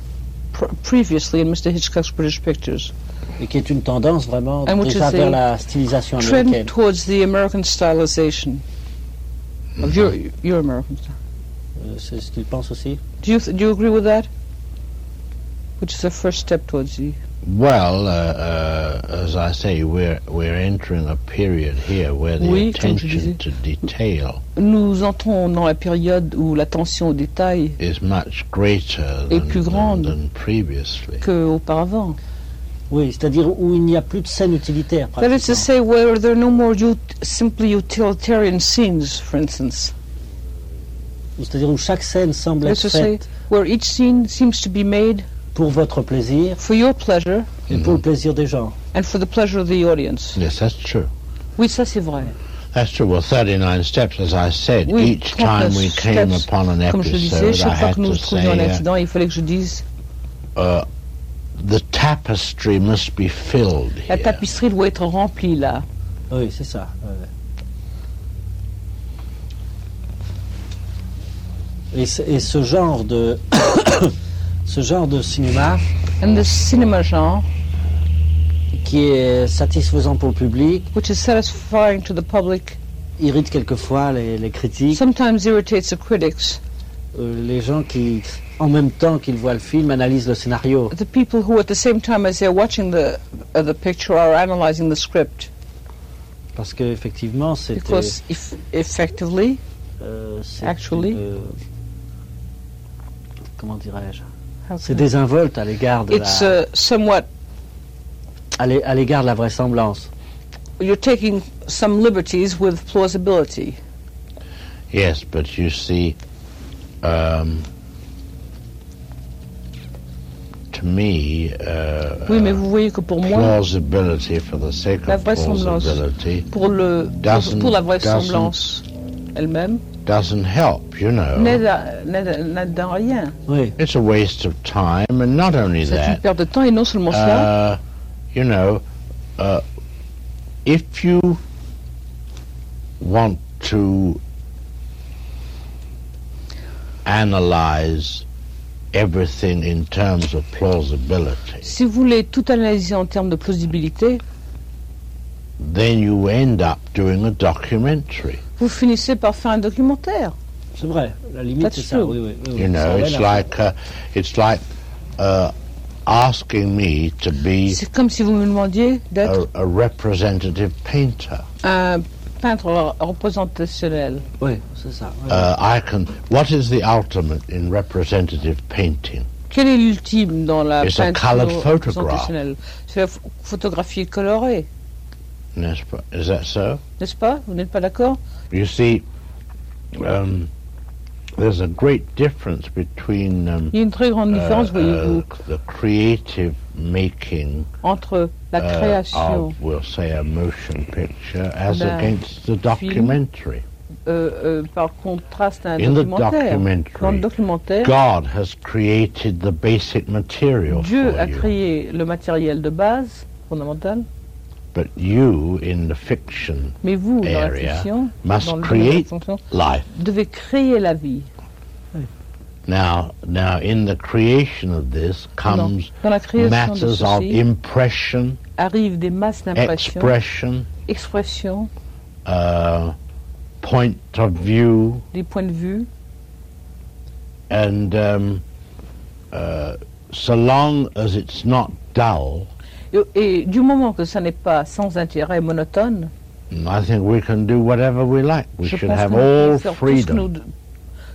Speaker 5: pr- previously in Mr. Hitchcock's British pictures.
Speaker 2: et qui est une tendance vraiment
Speaker 5: And which
Speaker 2: déjà
Speaker 5: is
Speaker 2: vers
Speaker 5: a
Speaker 2: la stylisation américaine.
Speaker 5: Trend towards the American stylization of your your American style.
Speaker 2: Euh, C'est ce qu'il pense aussi.
Speaker 5: Do you th- do you agree with that? Which is the first step towards the
Speaker 4: Well, uh, uh, as I say, we're we're entering a period here where the
Speaker 5: Oui, comme je
Speaker 4: attention
Speaker 5: disais.
Speaker 4: to detail
Speaker 5: Nous entrons dans la période où l'attention au détail
Speaker 4: is much greater
Speaker 5: Et
Speaker 4: than,
Speaker 5: plus
Speaker 4: than,
Speaker 5: grande.
Speaker 4: than previously.
Speaker 5: qu'auparavant.
Speaker 2: Oui, c'est-à-dire où il n'y a plus de scène utilitaire.
Speaker 5: That is to
Speaker 2: pratiquement.
Speaker 5: say, where there are no more ut- simply utilitarian scenes, for instance.
Speaker 2: Ou C'est-à-dire où chaque scène semble
Speaker 5: That is
Speaker 2: être
Speaker 5: to say,
Speaker 2: faite
Speaker 5: where each scene seems to be made
Speaker 2: pour votre plaisir
Speaker 5: for your pleasure
Speaker 2: et pour le plaisir des gens.
Speaker 5: and for the pleasure of the audience.
Speaker 4: Mm-hmm. Yes, that's true.
Speaker 5: Oui, ça c'est vrai.
Speaker 4: That's true. Well, 39 steps, as I said,
Speaker 5: Oui,
Speaker 4: each time
Speaker 5: 39
Speaker 4: we came
Speaker 5: steps.
Speaker 4: upon an
Speaker 5: Comme je le disais,
Speaker 4: episode, I
Speaker 5: chaque fois
Speaker 4: had
Speaker 5: que nous
Speaker 4: to
Speaker 5: nous trouvions un
Speaker 4: say, uh,
Speaker 5: accident, il fallait que je dise,
Speaker 4: uh, the tapestry must be filled
Speaker 5: la
Speaker 4: here.
Speaker 5: tapisserie doit être remplie là.
Speaker 2: Oui, c'est ça. ouais. Et, ce- et ce genre de *coughs* ce genre de cinéma
Speaker 5: And the cinema genre,
Speaker 2: qui est satisfaisant pour le public
Speaker 5: which is satisfying to the public,
Speaker 2: irrite quelquefois les, les critiques,
Speaker 5: sometimes irritates the critics,
Speaker 2: euh, les gens qui en même temps qu'ils voient le film analysent le scénario.
Speaker 5: the people who at the same time as they're watching the, uh, the picture are analyzing the script.
Speaker 2: Parce que effectivement, c'était
Speaker 5: Because if, effectively,
Speaker 2: euh, c'est
Speaker 5: actually-
Speaker 2: une, euh, comment dirais-je
Speaker 5: How
Speaker 2: C'est
Speaker 5: can I-
Speaker 2: désinvolte à l'égard de
Speaker 5: It's
Speaker 2: la,
Speaker 5: uh, somewhat.
Speaker 2: à l'é- à l'égard de la vraisemblance.
Speaker 5: You're taking some liberties with plausibility.
Speaker 4: Yes, but you see, um, to me, uh,
Speaker 5: Oui, mais vous voyez que pour moi,
Speaker 4: plausibility for the sake
Speaker 5: La
Speaker 4: of
Speaker 5: vraisemblance.
Speaker 4: plausibility
Speaker 5: pour le
Speaker 4: Doesn't-
Speaker 5: pour la vraisemblance elle-même,
Speaker 4: doesn't help, you know.
Speaker 5: n'aide à- n'aide à- n'aide à rien.
Speaker 2: Oui,
Speaker 4: It's a waste of time, and not only
Speaker 5: C'est une
Speaker 4: that,
Speaker 5: perte de temps et non seulement cela,
Speaker 4: uh, you know, uh, if you want to analyze everything in terms of plausibility,
Speaker 5: si vous voulez tout analyser en termes de plausibilité,
Speaker 4: then you end up doing a documentary.
Speaker 5: vous finissez par faire un documentaire.
Speaker 2: c'est vrai. La limite,
Speaker 5: That's
Speaker 2: c'est ça.
Speaker 5: true.
Speaker 2: Oui, oui, oui, oui.
Speaker 4: You
Speaker 2: Ça
Speaker 4: know,
Speaker 2: aurait
Speaker 4: it's
Speaker 2: l'air.
Speaker 4: like uh, it's like uh, asking me to be
Speaker 5: C'est comme si vous me demandiez d'être
Speaker 4: a, a representative painter.
Speaker 5: un peintre représentationnel.
Speaker 2: Oui, c'est ça. oui.
Speaker 4: Uh, I can. What is the ultimate in representative painting?
Speaker 5: Quel est l'ultime dans la
Speaker 4: It's a colored
Speaker 5: peinture
Speaker 4: photograph.
Speaker 5: représentationnelle C'est la ph- photographie colorée.
Speaker 4: N'est-ce pas- Is that so?
Speaker 5: N'est-ce pas Vous n'êtes pas d'accord
Speaker 4: You see, um, there's a great difference between um,
Speaker 5: Il y a une très grande
Speaker 4: uh,
Speaker 5: différence, voyez-vous,
Speaker 4: uh, the creative making
Speaker 5: entre la
Speaker 4: uh,
Speaker 5: création
Speaker 4: of, we'll say, a motion picture as
Speaker 5: D'un
Speaker 4: against the documentary.
Speaker 5: euh, euh, par contraste à un
Speaker 4: In the
Speaker 5: documentaire. Dans le
Speaker 4: documentary,
Speaker 5: documentaire,
Speaker 4: God has created the basic material
Speaker 5: Dieu
Speaker 4: for
Speaker 5: a
Speaker 4: you,
Speaker 5: créé le matériel de base fondamental,
Speaker 4: but you, in the fiction
Speaker 5: mais vous, dans la
Speaker 4: Area
Speaker 5: fonction,
Speaker 4: must
Speaker 5: dans le domaine de la
Speaker 4: create
Speaker 5: fonction,
Speaker 4: life.
Speaker 5: devez créer la vie.
Speaker 4: Now, now, in the creation of this
Speaker 5: Dans,
Speaker 4: comes
Speaker 5: dans la création de
Speaker 4: matters of
Speaker 5: ceci,
Speaker 4: impression,
Speaker 5: arrivent des masses d'impressions,
Speaker 4: expression,
Speaker 5: expressions,
Speaker 4: uh, point of view,
Speaker 5: des points de vue,
Speaker 4: And um, uh, so long as it's not dull,
Speaker 5: Et, et du moment que ça n'est pas sans intérêt monotone,
Speaker 4: I think we can do whatever we like. We
Speaker 5: je
Speaker 4: should
Speaker 5: pense que
Speaker 4: have
Speaker 5: nous pouvons
Speaker 4: all
Speaker 5: faire tout ce, que nous,
Speaker 4: freedom.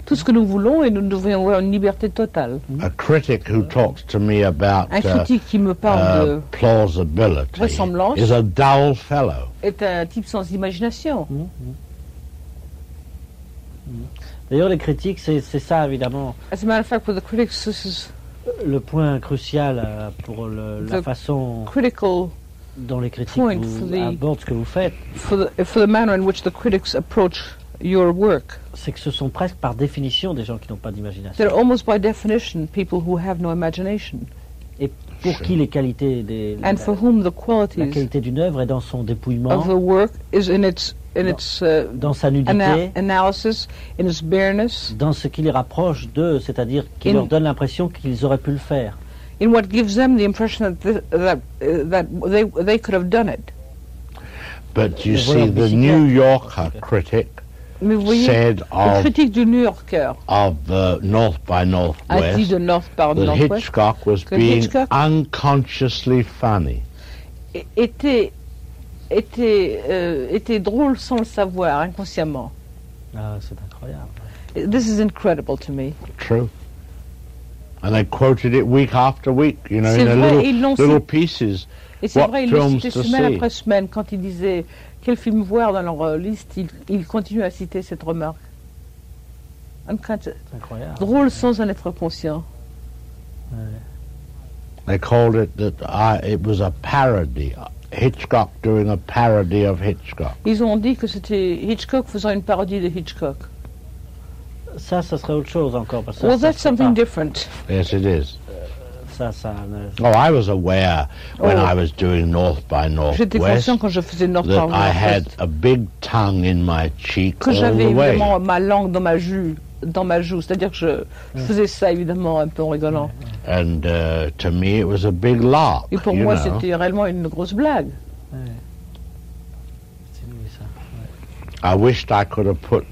Speaker 5: tout ce que nous voulons et nous devrions avoir une liberté totale.
Speaker 4: A critic who talks to me about
Speaker 5: Un
Speaker 4: uh,
Speaker 5: critique qui me parle
Speaker 4: uh,
Speaker 5: de,
Speaker 4: plausibility
Speaker 5: Ressemblance.
Speaker 4: is a dull fellow.
Speaker 5: est un type sans imagination.
Speaker 2: D'ailleurs, les critiques, c'est c'est ça, évidemment,
Speaker 5: As a matter of fact, with the critics, this is
Speaker 2: le point crucial euh, pour le- la
Speaker 5: The-
Speaker 2: façon
Speaker 5: critical
Speaker 2: dont les critiques
Speaker 5: Point
Speaker 2: vous
Speaker 5: for the-
Speaker 2: abordent ce que vous faites.
Speaker 5: for the, for the manner in which the critics approach your work.
Speaker 2: C'est que ce sont presque par définition des gens qui n'ont pas d'imagination.
Speaker 5: They're almost by definition people who have no imagination
Speaker 2: Pour qui les qualités des, la,
Speaker 5: and for whom the
Speaker 2: la
Speaker 5: qualities
Speaker 2: qualité d'une œuvre est dans son
Speaker 5: of
Speaker 2: dépouillement,
Speaker 5: the work is in its in
Speaker 2: No.
Speaker 5: its uh,
Speaker 2: dans sa
Speaker 5: ana-
Speaker 2: nudité,
Speaker 5: analysis, in its bareness,
Speaker 2: dans ce qui les rapproche d'eux, c'est-à-dire qui
Speaker 5: In-
Speaker 2: leur donne l'impression qu'ils auraient pu le faire.
Speaker 5: in what gives them the impression that th- that uh, that they they could have done it.
Speaker 4: But you
Speaker 2: Le
Speaker 4: see,
Speaker 2: voleur
Speaker 4: the
Speaker 2: bicyclette.
Speaker 4: New Yorker critic
Speaker 5: Mais vous voyez,
Speaker 4: said
Speaker 5: le
Speaker 4: of
Speaker 5: critique du New Yorker
Speaker 4: of the North by
Speaker 5: a dit
Speaker 4: Northwest
Speaker 5: de North par
Speaker 4: that
Speaker 5: Northwest
Speaker 4: Hitchcock was
Speaker 5: que
Speaker 4: being
Speaker 5: Hitchcock-
Speaker 4: unconsciously funny.
Speaker 5: é- était était euh, était drôle sans le savoir inconsciemment.
Speaker 2: Ah, c'est incroyable.
Speaker 5: This is incredible to me.
Speaker 4: True. And they quoted it week after week, you know,
Speaker 5: C'est
Speaker 4: in their
Speaker 5: vrai,
Speaker 4: little,
Speaker 5: ils l'ont cité.
Speaker 4: little pieces.
Speaker 5: Et c'est
Speaker 4: What
Speaker 5: vrai, ils le
Speaker 4: films
Speaker 5: citaient
Speaker 4: to
Speaker 5: semaine
Speaker 4: see?
Speaker 5: après semaine. Quand ils disaient quel film voir dans leur euh, liste, ils, ils continuent à citer cette remarque. Unconscious.
Speaker 2: C'est incroyable.
Speaker 5: Drôle sans en être conscient.
Speaker 4: They called it that I, it was a parody. Hitchcock doing a parody of Hitchcock.
Speaker 5: Ils ont dit que c'était Hitchcock faisant une parodie de Hitchcock.
Speaker 2: Ça, ça serait autre chose encore. Parce que
Speaker 5: well,
Speaker 2: ça,
Speaker 5: that's
Speaker 2: ça, serait pas-
Speaker 5: something different.
Speaker 4: Yes, it is.
Speaker 2: ça, ça, ne-
Speaker 4: Oh, I was aware when
Speaker 5: Oh.
Speaker 4: I was doing North by
Speaker 5: J'étais
Speaker 4: Northwest
Speaker 5: conscient quand je faisais North
Speaker 4: that
Speaker 5: par
Speaker 4: I had
Speaker 5: Northwest
Speaker 4: a big tongue in my cheek
Speaker 5: que
Speaker 4: all
Speaker 5: j'avais
Speaker 4: the way.
Speaker 5: évidemment ma langue dans ma joue, dans ma joue. C'est-à-dire que je, je
Speaker 4: Mm.
Speaker 5: faisais ça évidemment un peu en rigolant.
Speaker 4: And uh, to me, it was a big lark.
Speaker 5: Et pour
Speaker 4: you
Speaker 5: moi,
Speaker 4: know.
Speaker 5: c'était réellement une grosse blague.
Speaker 2: c'est nul, ça.
Speaker 4: I wished I could have put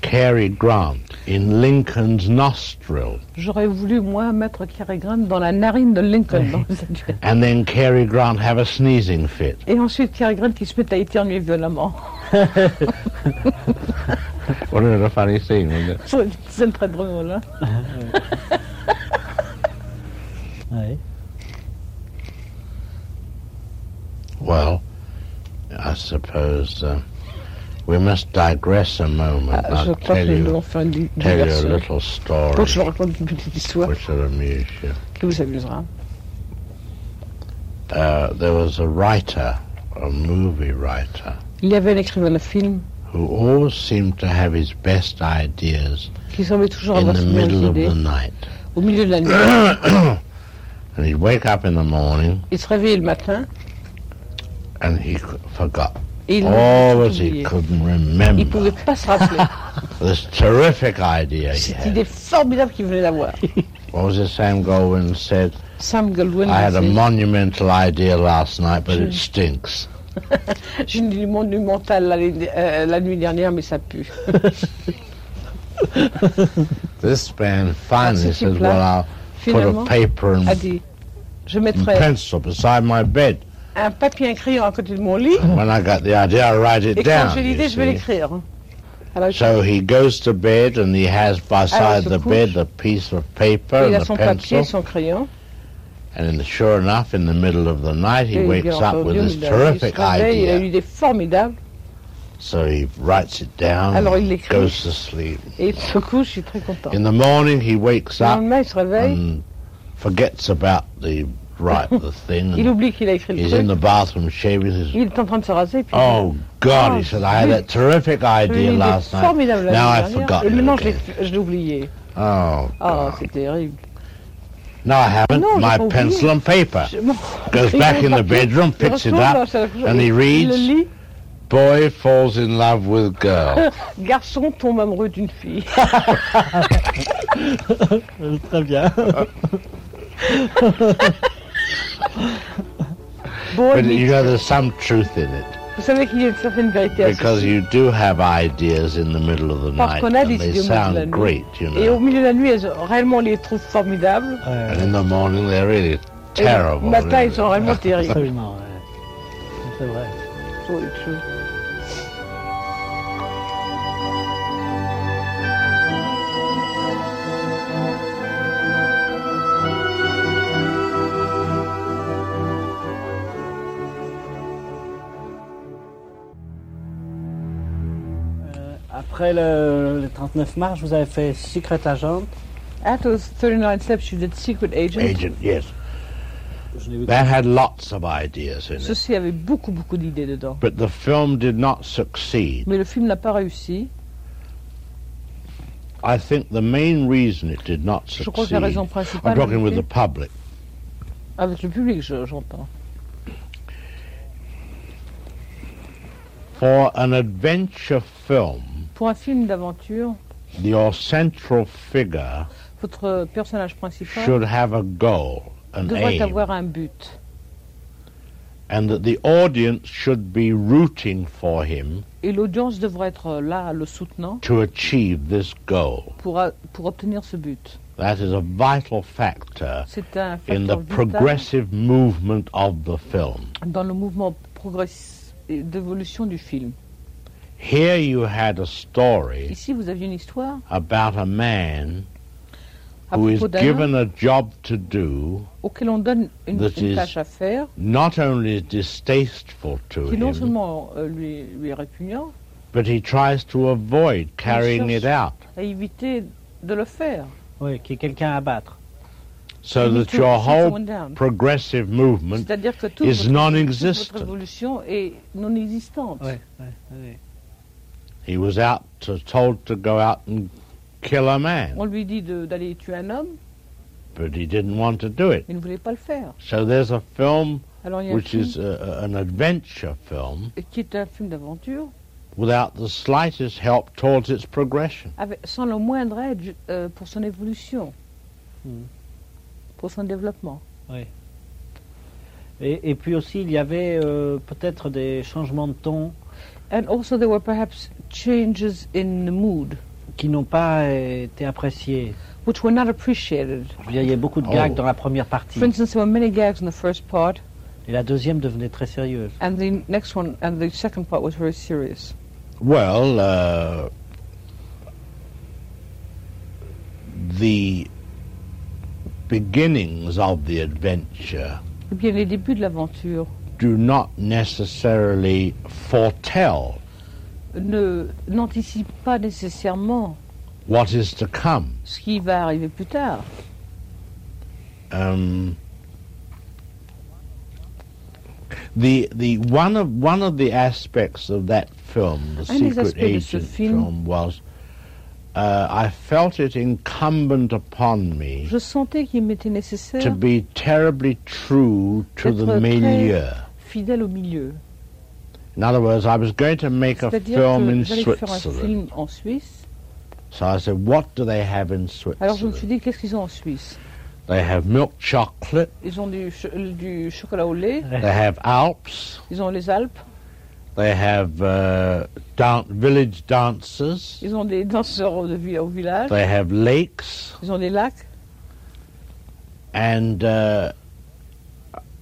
Speaker 4: Cary Grant in Lincoln's nostril,
Speaker 5: J'aurais voulu, moi, mettre Cary Grant dans la narine de Lincoln. dans les adieux.
Speaker 4: and then Cary Grant have a sneezing fit.
Speaker 5: Et ensuite, Cary Grant qui se met à éternuer violemment. *laughs*
Speaker 4: Wasn't it a funny scene? Wasn't it?
Speaker 5: C'est une scène très drôle. hein.
Speaker 2: Ouais.
Speaker 4: Well, I suppose uh, we must digress a moment.
Speaker 5: Ah, je crois
Speaker 4: I'll
Speaker 5: que
Speaker 4: tell
Speaker 5: nous devons
Speaker 4: you,
Speaker 5: faire une di-
Speaker 4: tell you a
Speaker 5: diversion.
Speaker 4: little
Speaker 5: Pour
Speaker 4: story
Speaker 5: que je vous raconte une petite histoire
Speaker 4: which will amuse you.
Speaker 5: qui vous amusera.
Speaker 4: Uh, there was a writer, a movie writer,
Speaker 5: Il y avait un écrivain de film
Speaker 4: who always seemed to have his best ideas
Speaker 5: qui semblait toujours
Speaker 4: in
Speaker 5: avoir
Speaker 4: the
Speaker 5: ses meilleures
Speaker 4: middle Oh, of
Speaker 5: idées
Speaker 4: the night. *coughs*
Speaker 5: au milieu de la nuit.
Speaker 4: And he'd wake up in the morning
Speaker 5: Il se réveillait le matin
Speaker 4: and he c- forgot.
Speaker 5: et il
Speaker 4: Oh, Always he
Speaker 5: oubliait.
Speaker 4: couldn't
Speaker 5: Il ne pouvait
Speaker 4: remember
Speaker 5: pas se
Speaker 4: *laughs*
Speaker 5: rappeler
Speaker 4: this terrific idea he
Speaker 5: cette
Speaker 4: had.
Speaker 5: idée formidable qu'il venait d'avoir.
Speaker 4: What was it Sam Goldwyn said?
Speaker 5: Sam Goldwyn
Speaker 4: I had a
Speaker 5: disait,
Speaker 4: monumental idea last night, but it stinks.
Speaker 5: J'ai eu du monumental la, euh, la nuit dernière, mais ça pue.
Speaker 4: This man finally
Speaker 5: Merci,
Speaker 4: says,
Speaker 5: Tupla.
Speaker 4: well, I'll put
Speaker 5: Finalement,
Speaker 4: a paper
Speaker 5: a
Speaker 4: and
Speaker 5: dit Je
Speaker 4: and
Speaker 5: mettrai
Speaker 4: pencil beside my bed.
Speaker 5: un papier et un crayon à côté de mon lit,
Speaker 4: And when I got the idea, I write it
Speaker 5: et quand
Speaker 4: down.
Speaker 5: j'ai
Speaker 4: you
Speaker 5: l'idée, je vais
Speaker 4: see.
Speaker 5: l'écrire. Alors,
Speaker 4: So he goes to bed and he has beside
Speaker 5: se
Speaker 4: the
Speaker 5: couche.
Speaker 4: bed a piece of paper
Speaker 5: il
Speaker 4: and
Speaker 5: a
Speaker 4: a
Speaker 5: son papier,
Speaker 4: pencil.
Speaker 5: son crayon,
Speaker 4: And in the, sure enough, in the middle of the night, he
Speaker 5: et il
Speaker 4: wakes
Speaker 5: est
Speaker 4: up with
Speaker 5: entendu, il
Speaker 4: this
Speaker 5: a- il se
Speaker 4: terrific
Speaker 5: réveille, il a eu une
Speaker 4: idea.
Speaker 5: idée formidable,
Speaker 4: So he writes it down,
Speaker 5: Alors il
Speaker 4: and
Speaker 5: l'écrit.
Speaker 4: goes to sleep.
Speaker 5: et il se couche, il est très content.
Speaker 4: In the morning, he wakes
Speaker 5: Le
Speaker 4: up
Speaker 5: lendemain, il se réveille,
Speaker 4: and forgets about the
Speaker 5: *laughs*
Speaker 4: right the thing.
Speaker 5: il
Speaker 4: And
Speaker 5: oublie qu'il a écrit le
Speaker 4: he's in
Speaker 5: truc,
Speaker 4: the bathroom shaving. He says,
Speaker 5: il est en train de se raser, puis
Speaker 4: "Oh God!" he
Speaker 5: Oh,
Speaker 4: said, "I had
Speaker 5: oui.
Speaker 4: that terrific
Speaker 5: il a eu
Speaker 4: idea
Speaker 5: une idée
Speaker 4: last night.
Speaker 5: formidable la
Speaker 4: Now
Speaker 5: nuit
Speaker 4: I've
Speaker 5: dernière,
Speaker 4: forgotten
Speaker 5: et maintenant
Speaker 4: it
Speaker 5: je l'ai-
Speaker 4: again.
Speaker 5: je l'ai oublié.
Speaker 4: Oh
Speaker 5: Ah,
Speaker 4: God!
Speaker 5: c'est terrible.
Speaker 4: No, I haven't.
Speaker 5: Non, j'ai
Speaker 4: My
Speaker 5: pas oublié.
Speaker 4: pencil and paper."
Speaker 5: Je- mon-
Speaker 4: Goes
Speaker 5: il
Speaker 4: back
Speaker 5: a le
Speaker 4: in the
Speaker 5: papier, *laughs*
Speaker 4: bedroom,
Speaker 5: il
Speaker 4: picks it
Speaker 5: retourne
Speaker 4: up,
Speaker 5: dans sa-
Speaker 4: and he
Speaker 5: Il le
Speaker 4: reads.
Speaker 5: lit,
Speaker 4: Boy falls in love with
Speaker 5: *laughs*
Speaker 4: girl.
Speaker 5: garçon tombe amoureux d'une
Speaker 4: *laughs*
Speaker 5: fille.
Speaker 2: Euh, Très bien.
Speaker 5: Boy
Speaker 4: But
Speaker 5: meets
Speaker 4: you know, there's some truth in it.
Speaker 5: Vous savez qu'il y a une certaine vérité à
Speaker 4: Because
Speaker 5: ceci.
Speaker 4: you do have ideas in the middle of the
Speaker 5: Parce
Speaker 4: night,
Speaker 5: qu'on a des
Speaker 4: and they
Speaker 5: idées au milieu de la
Speaker 4: sound
Speaker 5: nuit.
Speaker 4: great, you
Speaker 5: Et au
Speaker 4: know.
Speaker 5: milieu de la nuit, elles, réellement, on les trouve formidables.
Speaker 2: Ouais,
Speaker 4: And in the morning, they're
Speaker 5: Et
Speaker 4: really
Speaker 5: le
Speaker 4: terrible.
Speaker 5: matin,
Speaker 4: really.
Speaker 5: ils sont
Speaker 4: *laughs*
Speaker 5: réellement terribles.
Speaker 2: absolument. ouais. C'est vrai.
Speaker 5: Oui, je-
Speaker 2: Euh, après le, le 39 mars, vous avez fait Secret Agent.
Speaker 5: After those 39 steps, you did Secret Agent.
Speaker 4: Agent, yes.
Speaker 2: Je l'ai vu.
Speaker 4: That had lots of ideas in it.
Speaker 5: Ceci avait beaucoup, beaucoup d'idées dedans.
Speaker 4: But the film did not succeed.
Speaker 5: Mais le film n'a pas réussi.
Speaker 4: I think the main reason it did not
Speaker 5: Je crois que la
Speaker 4: succeed.
Speaker 5: raison
Speaker 4: I'm
Speaker 5: principale,
Speaker 4: talking with the
Speaker 5: avec,
Speaker 4: public.
Speaker 5: avec le public, je- j'entends.
Speaker 4: For an adventure film,
Speaker 5: Pour un film d'aventure,
Speaker 4: your central figure
Speaker 5: votre personnage principal
Speaker 4: should have a goal, an
Speaker 5: devrait
Speaker 4: aim,
Speaker 5: avoir un but.
Speaker 4: and that the audience should be rooting for him
Speaker 5: Et l'audience devrait être là, le soutenant,
Speaker 4: to achieve this goal.
Speaker 5: pour, a- pour obtenir ce but.
Speaker 4: That is a vital factor
Speaker 5: C'est un facteur
Speaker 4: in the
Speaker 5: vital
Speaker 4: progressive movement of the film.
Speaker 5: dans le mouvement progress- et d'évolution du film.
Speaker 4: Here you had a story
Speaker 5: Ici, vous aviez une histoire
Speaker 4: about a man
Speaker 5: à
Speaker 4: who is
Speaker 5: propos d'un
Speaker 4: given a job to do,
Speaker 5: auquel on donne une,
Speaker 4: that
Speaker 5: une
Speaker 4: is-
Speaker 5: tâche à faire
Speaker 4: not only distasteful to
Speaker 5: qui non
Speaker 4: him,
Speaker 5: seulement euh, lui, lui est répugnant,
Speaker 4: but he tries to avoid carrying it
Speaker 5: cherche-
Speaker 4: out.
Speaker 5: à éviter de le faire.
Speaker 2: Oui, qui est quelqu'un à battre.
Speaker 4: So
Speaker 5: Il met
Speaker 4: that
Speaker 5: tout-
Speaker 4: your
Speaker 5: tout
Speaker 4: whole
Speaker 5: someone down.
Speaker 4: progressive movement
Speaker 5: C'est-à-dire que toute
Speaker 4: is
Speaker 5: votre, toute votre
Speaker 4: non-existent.
Speaker 5: évolution est non existante.
Speaker 4: He was out to, told to go out and kill a
Speaker 5: On
Speaker 4: man,
Speaker 5: lui dit de- d'aller tuer un homme,
Speaker 4: but he didn't want to do it.
Speaker 5: mais il ne voulait pas le faire.
Speaker 4: So there's a film
Speaker 5: Alors il y a un
Speaker 4: which
Speaker 5: film
Speaker 4: is a, a- an adventure film
Speaker 5: qui est un film d'aventure,
Speaker 4: without the slightest help towards its progression.
Speaker 5: avec- sans le moindre aide ju- euh, pour son évolution,
Speaker 2: Hmm.
Speaker 5: pour son développement.
Speaker 2: Et, et puis aussi, il y avait euh, peut-être des changements de ton
Speaker 5: And also there were perhaps changes in the mood,
Speaker 2: qui n'ont pas été appréciés.
Speaker 5: which were not appreciated.
Speaker 2: Je veux dire, il y a beaucoup de
Speaker 4: Oh.
Speaker 2: gags dans la première partie.
Speaker 5: For instance, there were many gags in the first part,
Speaker 2: Et la deuxième devenait très sérieuse.
Speaker 5: and the next one and the second part was very serious.
Speaker 4: Well, uh, the beginnings of the adventure
Speaker 5: Eh bien, les débuts de l'aventure
Speaker 4: do not necessarily foretell
Speaker 5: ne n'anticipent pas nécessairement
Speaker 4: what is to come.
Speaker 5: ce qui va arriver plus tard.
Speaker 4: um, the the one of one of the aspects of that film, the
Speaker 5: Un des
Speaker 4: secret
Speaker 5: aspects de ce
Speaker 4: agent
Speaker 5: film-
Speaker 4: film, was uh, I felt it incumbent upon me
Speaker 5: Je sentais qu'il m'était
Speaker 4: to
Speaker 5: nécessaire
Speaker 4: be terribly true to the
Speaker 5: D'être très-
Speaker 4: milieu.
Speaker 5: fidèle au milieu.
Speaker 4: In other words, I was going to make a
Speaker 5: C'est-à-dire
Speaker 4: film
Speaker 5: que
Speaker 4: in
Speaker 5: j'allais faire un
Speaker 4: Switzerland.
Speaker 5: film en Suisse.
Speaker 4: So I said, what do they have in
Speaker 5: Alors je me suis
Speaker 4: Switzerland?
Speaker 5: dit, qu'est-ce qu'ils ont en Suisse
Speaker 4: They have milk chocolate.
Speaker 5: Ils ont du, ch- euh, du chocolat au lait,
Speaker 4: They have Alps.
Speaker 5: ils ont les Alpes,
Speaker 4: They have uh, dan- village dancers.
Speaker 5: ils ont des danseurs de vi- au village,
Speaker 4: They have lakes,
Speaker 5: ils ont des lacs.
Speaker 4: and uh,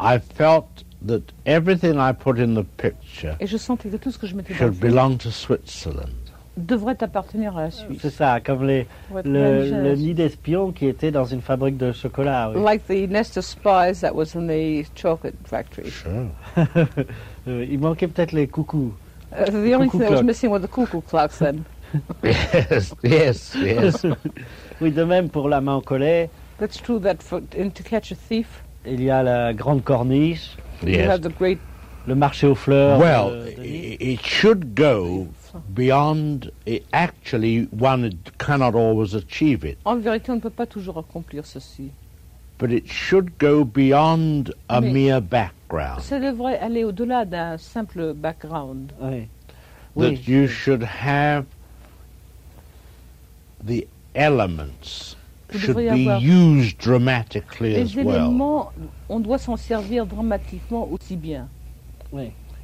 Speaker 4: I felt that everything I put in the picture
Speaker 5: Et je sentais que tout ce que je mettais dans le
Speaker 4: should
Speaker 5: film
Speaker 4: belong to Switzerland.
Speaker 5: devrait appartenir à la Suisse.
Speaker 2: *laughs* C'est ça, comme les,
Speaker 5: devrait être
Speaker 2: le,
Speaker 5: mélangé à la
Speaker 2: le
Speaker 5: Suisse.
Speaker 2: nid d'espions qui était dans une fabrique de chocolat. oui.
Speaker 5: Like the nest of spies that was in the chocolate factory.
Speaker 4: Sure.
Speaker 2: *laughs* Euh, il manquait peut-être les coucous.
Speaker 5: Uh, the only
Speaker 2: Cuckoo
Speaker 5: thing that was
Speaker 2: clock.
Speaker 5: missing were the cuckoo clocks then.
Speaker 4: *laughs* yes, yes, yes.
Speaker 2: *laughs* Oui, de même pour la main au collet,
Speaker 5: That's true that for, in To Catch a Thief,
Speaker 2: il y a la grande corniche,
Speaker 5: *laughs* you have
Speaker 4: yes.
Speaker 5: the great...
Speaker 2: le marché aux fleurs.
Speaker 4: Well,
Speaker 2: euh,
Speaker 4: i-
Speaker 2: de Nice.
Speaker 4: it should
Speaker 2: Oh.
Speaker 4: go beyond. It actually, one cannot always achieve it,
Speaker 5: En vérité, on ne peut pas toujours accomplir ceci.
Speaker 4: but it should go beyond a
Speaker 5: Mais-
Speaker 4: mere background.
Speaker 5: Ça devrait aller au-delà d'un simple background.
Speaker 4: eh,
Speaker 2: Oui. Oui.
Speaker 4: that you should have the elements
Speaker 5: Vous
Speaker 4: should
Speaker 5: devriez
Speaker 4: be
Speaker 5: avoir-
Speaker 4: used dramatically as
Speaker 5: Les
Speaker 4: well.
Speaker 5: éléments, on doit s'en servir dramatiquement aussi bien.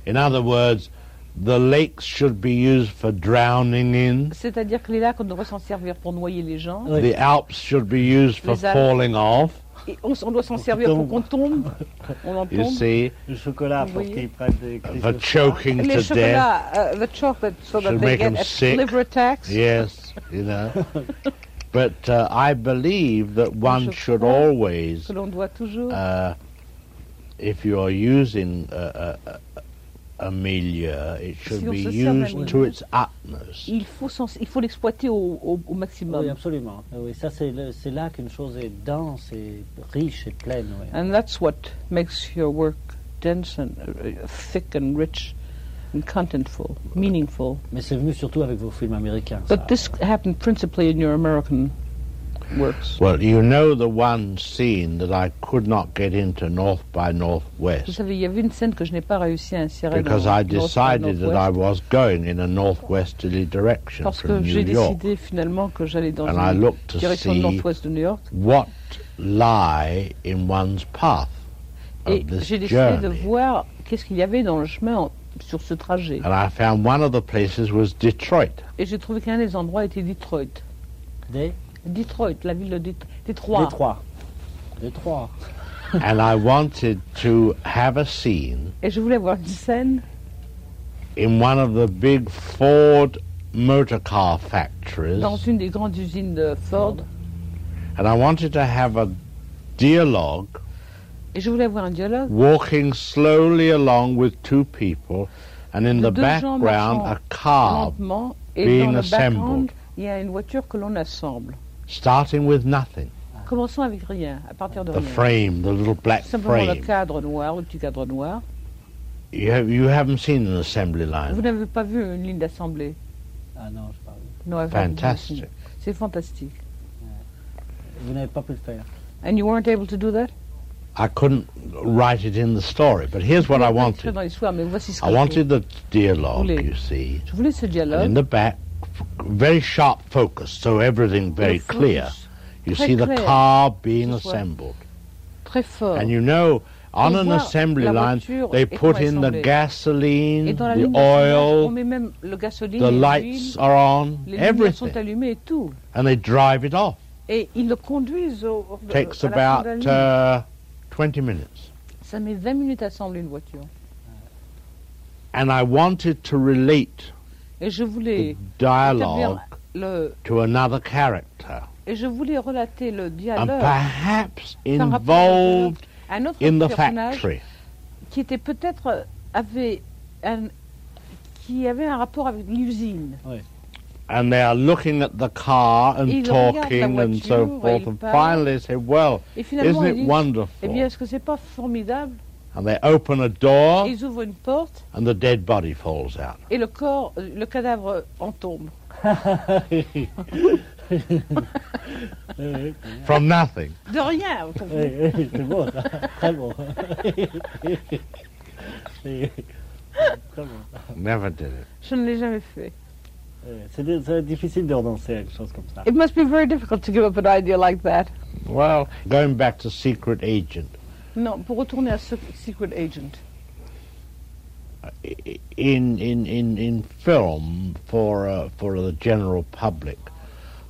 Speaker 4: In other words, The lakes should be used for drowning in.
Speaker 5: C'est-à-dire que les lacs, on devrait s'en servir pour noyer les gens.
Speaker 2: Oui.
Speaker 4: The Alps should be used for
Speaker 5: Les Alpes.
Speaker 4: falling off.
Speaker 5: Et on, s- on doit s'en
Speaker 2: Pour
Speaker 5: servir pour
Speaker 2: qu'on
Speaker 5: qu'on tombe.
Speaker 4: *laughs*
Speaker 5: On en
Speaker 4: You
Speaker 5: tombe.
Speaker 4: see,
Speaker 2: Le chocolat pour
Speaker 5: Oui.
Speaker 2: qu'ils prennent des crises
Speaker 4: for
Speaker 2: de chocolat.
Speaker 4: choking
Speaker 5: Les
Speaker 4: to death.
Speaker 5: chocolats, euh, the chocolate, so that
Speaker 4: Should
Speaker 5: they
Speaker 4: make
Speaker 5: get
Speaker 4: 'em
Speaker 5: a
Speaker 4: sick.
Speaker 5: liver tax.
Speaker 4: Yes, you know. but uh, I believe that one
Speaker 5: should
Speaker 4: should
Speaker 5: all-
Speaker 4: always,
Speaker 5: Que l'on doit toujours.
Speaker 4: uh, if you are using a, a, a- a milieu, it should
Speaker 5: on se
Speaker 4: be
Speaker 5: sert d'un
Speaker 4: used to
Speaker 5: milieu.
Speaker 4: its utmost.
Speaker 5: il faut s'en- il faut l'exploiter au, au- au maximum.
Speaker 4: Oh,
Speaker 2: Oui, absolument. Ah Oui, ça, c'est le- c'est là qu'une chose est dense et riche et pleine. oui.
Speaker 5: And that's what makes your work dense and uh, uh, thick and rich and contentful, meaningful.
Speaker 2: Mais c'est venu surtout avec vos films américains. ça.
Speaker 5: But this happened principally in your American works.
Speaker 4: Well, you know the one scene that I could not get into North by
Speaker 5: Vous
Speaker 4: Northwest
Speaker 5: savez, il y avait une scène que je n'ai pas réussi à insérer
Speaker 4: because
Speaker 5: dans
Speaker 4: I
Speaker 5: North by
Speaker 4: decided that I
Speaker 5: Northwest,
Speaker 4: was going in a northwesterly direction
Speaker 5: parce
Speaker 4: from
Speaker 5: que
Speaker 4: New
Speaker 5: j'ai
Speaker 4: York.
Speaker 5: décidé finalement que j'allais dans
Speaker 4: And I
Speaker 5: une
Speaker 4: looked to
Speaker 5: direction
Speaker 4: see-
Speaker 5: de l'ouest de New York
Speaker 4: What lie in one's path
Speaker 5: et
Speaker 4: of this
Speaker 5: j'ai décidé de
Speaker 4: journey?
Speaker 5: voir qu'est-ce qu'il y avait dans le chemin en- sur ce trajet.
Speaker 4: And I found one of the places was
Speaker 5: *laughs*
Speaker 4: Detroit.
Speaker 5: Et j'ai trouvé qu'un des endroits était Detroit.
Speaker 2: Des,
Speaker 5: Detroit, la ville de Detroit.
Speaker 2: des trois. Des trois.
Speaker 4: and I wanted to have a scene
Speaker 5: Et je voulais voir une scène
Speaker 4: in one of the big Ford motor car factories.
Speaker 5: dans une des grandes usines de Ford.
Speaker 4: And I wanted to have a dialogue
Speaker 5: Et je voulais voir un dialogue.
Speaker 4: walking slowly along with two people, and in the
Speaker 5: Deux gens
Speaker 4: background,
Speaker 5: marchant
Speaker 4: a car
Speaker 5: lentement et dans
Speaker 4: being
Speaker 5: le background,
Speaker 4: assembled.
Speaker 5: il y a une voiture que l'on assemble.
Speaker 4: starting with nothing.
Speaker 5: Commençons avec rien, à partir de
Speaker 4: The
Speaker 5: rien.
Speaker 4: frame, the little black
Speaker 5: Simplement le
Speaker 4: frame.
Speaker 5: cadre noir, le petit cadre noir.
Speaker 4: You, have, you haven't seen an assembly
Speaker 5: Vous
Speaker 4: line.
Speaker 5: n'avez pas vu une ligne d'assemblée
Speaker 2: Ah non, je parle.
Speaker 5: Non, avant de vous
Speaker 4: Fantastic.
Speaker 5: dessiner. C'est fantastique.
Speaker 2: Vous n'avez pas pu le faire. *laughs*
Speaker 5: And you weren't able to do that?
Speaker 4: I couldn't write it in the story, but here's what I
Speaker 5: Vous n'êtes pas entré
Speaker 4: wanted.
Speaker 5: dans l'histoire, mais voici ce que
Speaker 4: I
Speaker 5: je
Speaker 4: wanted the dialogue,
Speaker 5: Voulez.
Speaker 4: you see,
Speaker 5: voulais. Je voulais ce
Speaker 4: and in
Speaker 5: dialogue.
Speaker 4: the back, very sharp focus, so everything very
Speaker 5: le focus
Speaker 4: clear. You
Speaker 5: très
Speaker 4: see the
Speaker 5: clair.
Speaker 4: car being
Speaker 5: This one.
Speaker 4: assembled.
Speaker 5: Très fort.
Speaker 4: And you know, on
Speaker 5: On
Speaker 4: an
Speaker 5: voit
Speaker 4: assembly
Speaker 5: la
Speaker 4: line,
Speaker 5: voiture
Speaker 4: they
Speaker 5: et
Speaker 4: put
Speaker 5: comment
Speaker 4: in
Speaker 5: elle
Speaker 4: the
Speaker 5: semblait. Et
Speaker 4: gasoline,
Speaker 5: dans la
Speaker 4: the
Speaker 5: ligne d'assemblage, on
Speaker 4: oil,
Speaker 5: met même le gasoline,
Speaker 4: the
Speaker 5: et
Speaker 4: lights
Speaker 5: l'huile,
Speaker 4: are on,
Speaker 5: les lumières sont
Speaker 4: everything.
Speaker 5: allumées et tout.
Speaker 4: And they drive it off.
Speaker 5: Et ils le conduisent au, au-
Speaker 4: Takes
Speaker 5: à la fin de
Speaker 4: about
Speaker 5: la ligne.
Speaker 4: uh, 20 minutes.
Speaker 5: Ça met 20 minutes à assembler une voiture.
Speaker 4: And I wanted to relate
Speaker 5: Et je voulais
Speaker 4: the dialogue
Speaker 5: établir le
Speaker 4: to another character
Speaker 5: et je voulais relater le
Speaker 4: and
Speaker 5: dialogue
Speaker 4: perhaps
Speaker 5: faire rapport à
Speaker 4: involved
Speaker 5: un autre
Speaker 4: in the
Speaker 5: personnage
Speaker 4: factory.
Speaker 5: qui était peut-être euh, avait un qui avait un rapport avec l'usine.
Speaker 4: And they are looking at the car and
Speaker 5: Ils regardent la
Speaker 4: talking and so
Speaker 5: voiture et
Speaker 4: forth.
Speaker 5: ils
Speaker 4: And
Speaker 5: parlent.
Speaker 4: finally, they say, Well,
Speaker 5: Et finalement, ils
Speaker 4: isn't it
Speaker 5: disent, eh bien,
Speaker 4: wonderful?
Speaker 5: est-ce que c'est pas formidable
Speaker 4: And they open a door.
Speaker 5: Ils ouvrent une porte
Speaker 4: and the dead body falls out.
Speaker 5: et le corps, euh, le cadavre en tombe
Speaker 2: Oui, oui.
Speaker 4: From nothing.
Speaker 5: de rien. vous
Speaker 4: Euh.
Speaker 5: comprenez.
Speaker 2: Oui, oui, c'est bon, ça. Très bon. *laughs* Oui, très bon.
Speaker 4: Never did it.
Speaker 5: Je ne l'ai jamais fait.
Speaker 2: Oui, C'est di- c'est difficile de renoncer à une chose comme ça.
Speaker 5: It must be very difficult to give up an idea like that.
Speaker 4: Well, going back to Secret Agent,
Speaker 5: Non, pour retourner à ce Secret Agent.
Speaker 4: i- i- in in in, in film for uh, for the general public,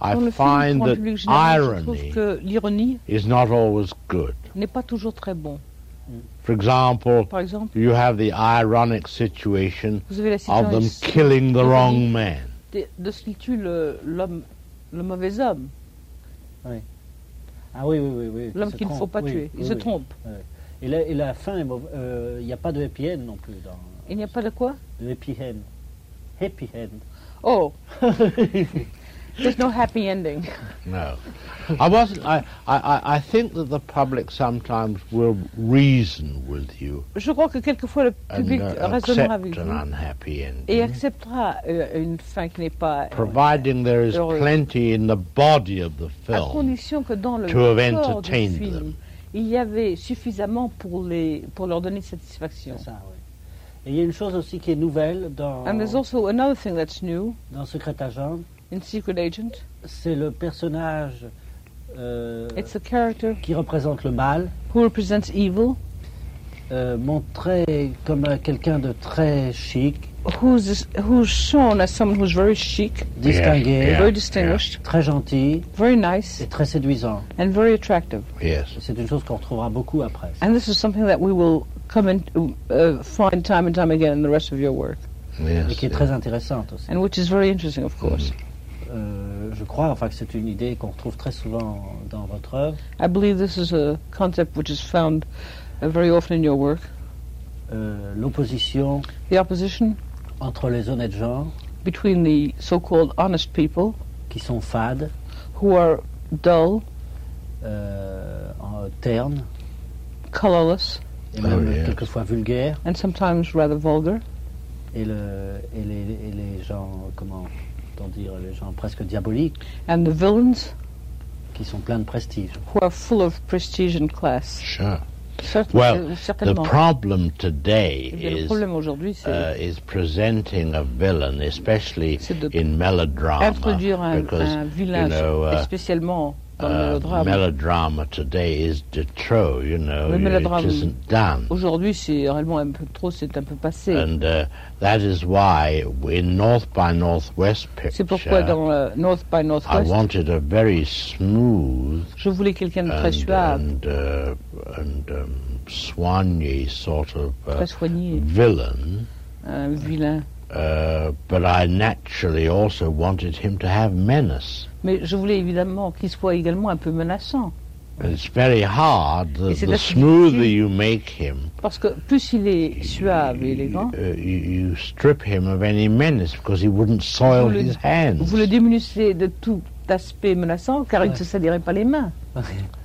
Speaker 4: I
Speaker 5: Dans le film,
Speaker 4: find
Speaker 5: pour un
Speaker 4: that
Speaker 5: public général, je trouve
Speaker 4: irony
Speaker 5: que l'ironie
Speaker 4: is not always good.
Speaker 5: n'est pas toujours très bon.
Speaker 4: For example,
Speaker 5: Par exemple,
Speaker 4: you have the ironic situation
Speaker 5: vous avez la
Speaker 4: of them
Speaker 5: situation
Speaker 4: killing the
Speaker 5: ironique
Speaker 4: wrong man.
Speaker 5: de, de ce qui tue le- l'homme, le mauvais homme,
Speaker 2: Ah oui, oui, oui. oui qui
Speaker 5: l'homme
Speaker 2: se
Speaker 5: qu'il ne faut
Speaker 2: trompe,
Speaker 5: pas
Speaker 2: oui,
Speaker 5: tuer. Il
Speaker 2: oui,
Speaker 5: se
Speaker 2: oui.
Speaker 5: trompe.
Speaker 2: Et la, et la fin est mauvaise. Euh, Il n'y a pas de happy end non plus dans
Speaker 5: Il n'y a pas de quoi
Speaker 2: le happy end. Happy end.
Speaker 5: *laughs* Oh There's no happy ending.
Speaker 4: No, I wasn't. I, I I- I think that the public sometimes will reason with you
Speaker 5: Je crois que quelquefois le
Speaker 4: and
Speaker 5: public
Speaker 4: uh,
Speaker 5: raisonnera avec
Speaker 4: accept an
Speaker 5: vous
Speaker 4: unhappy ending.
Speaker 5: et acceptera euh, une fin qui n'est pas...
Speaker 4: providing there is
Speaker 5: Heureux.
Speaker 4: plenty in the body of the
Speaker 5: à
Speaker 4: film
Speaker 5: condition que dans le
Speaker 4: to have
Speaker 5: corps du
Speaker 4: entertained
Speaker 5: film,
Speaker 4: them.
Speaker 5: il y avait suffisamment pour, les, pour leur donner satisfaction.
Speaker 2: C'est ça, oui. Et il y a une chose aussi qui est nouvelle dans,
Speaker 5: And there's also another thing that's new
Speaker 2: dans Secret Agent,
Speaker 5: in Secret Agent.
Speaker 2: c'est le personnage euh,
Speaker 5: It's a character
Speaker 2: qui représente le mal,
Speaker 5: who represents evil,
Speaker 2: euh, montré comme euh, quelqu'un de très chic,
Speaker 5: who's who's shown as someone who's very chic,
Speaker 2: distingué,
Speaker 4: Yeah.
Speaker 5: very distinguished,
Speaker 2: très gentil
Speaker 5: very nice,
Speaker 2: et très séduisant.
Speaker 5: and very attractive.
Speaker 4: Yes.
Speaker 2: Et C'est une chose qu'on retrouvera beaucoup après.
Speaker 5: And this is something that we will come and uh, find time and time again in the rest of your work,
Speaker 2: Et
Speaker 5: Ah,
Speaker 4: Yes.
Speaker 2: qui est très intéressante aussi.
Speaker 5: and which is very interesting, of course.
Speaker 2: Euh, je crois, enfin, que c'est une idée qu'on retrouve très souvent dans votre œuvre.
Speaker 4: Mm-hmm.
Speaker 5: I believe this is a concept which is found uh, very often in your work.
Speaker 2: Euh, L'opposition
Speaker 5: The opposition
Speaker 2: entre les honnêtes gens
Speaker 5: between the so-called honest people
Speaker 2: qui sont fades,
Speaker 5: who are dull,
Speaker 2: euh, en- ternes
Speaker 5: colorless,
Speaker 2: et
Speaker 4: Ah
Speaker 2: même
Speaker 4: oui, yes.
Speaker 2: quelquefois vulgaires,
Speaker 5: and sometimes rather vulgar,
Speaker 2: et, le, et, les, et les gens, comment peut-on dire, les gens presque diaboliques
Speaker 5: and the villains
Speaker 2: qui sont pleins de prestige. *laughs*
Speaker 5: who are full of prestige and class.
Speaker 4: Sure.
Speaker 5: Certain-
Speaker 4: Well, the
Speaker 5: certainement.
Speaker 4: problem today
Speaker 5: Eh bien, le
Speaker 4: is
Speaker 5: problème aujourd'hui, c'est
Speaker 4: uh, is presenting a villain, especially
Speaker 5: C'est de
Speaker 4: in melodrama,
Speaker 5: introduire un, un
Speaker 4: because you
Speaker 5: vilain,
Speaker 4: know
Speaker 5: et
Speaker 4: uh,
Speaker 5: spécialement dans le
Speaker 4: uh,
Speaker 5: mélodrame.
Speaker 4: melodrama today is de trop. You
Speaker 5: Le
Speaker 4: know, you- it
Speaker 5: mélodrame.
Speaker 4: isn't done,
Speaker 5: Aujourd'hui, c'est réellement un peu trop, c'est un peu passé.
Speaker 4: and uh, that is why in North by Northwest
Speaker 5: c'est pourquoi
Speaker 4: picture,
Speaker 5: dans le North by
Speaker 4: I
Speaker 5: Northwest,
Speaker 4: wanted a very smooth
Speaker 5: je voulais quelqu'un de très
Speaker 4: and
Speaker 5: suave,
Speaker 4: and, uh, and um, soigny sort of uh,
Speaker 5: très soigné,
Speaker 4: villain.
Speaker 5: un vilain.
Speaker 4: Uh, but I naturally also wanted him to have menace.
Speaker 5: Mais je voulais évidemment qu'il soit également un peu menaçant.
Speaker 4: And it's very hard. The,
Speaker 5: Et c'est
Speaker 4: the
Speaker 5: assez
Speaker 4: smoother
Speaker 5: difficile.
Speaker 4: you make him,
Speaker 5: Parce que plus il est suave et élégant,
Speaker 4: uh, you, you strip him of any menace because he wouldn't soil
Speaker 5: Vous le-
Speaker 4: his hands.
Speaker 5: vous le diminuez de tout aspect menaçant car il ne
Speaker 2: Ouais.
Speaker 5: se salirait pas les mains.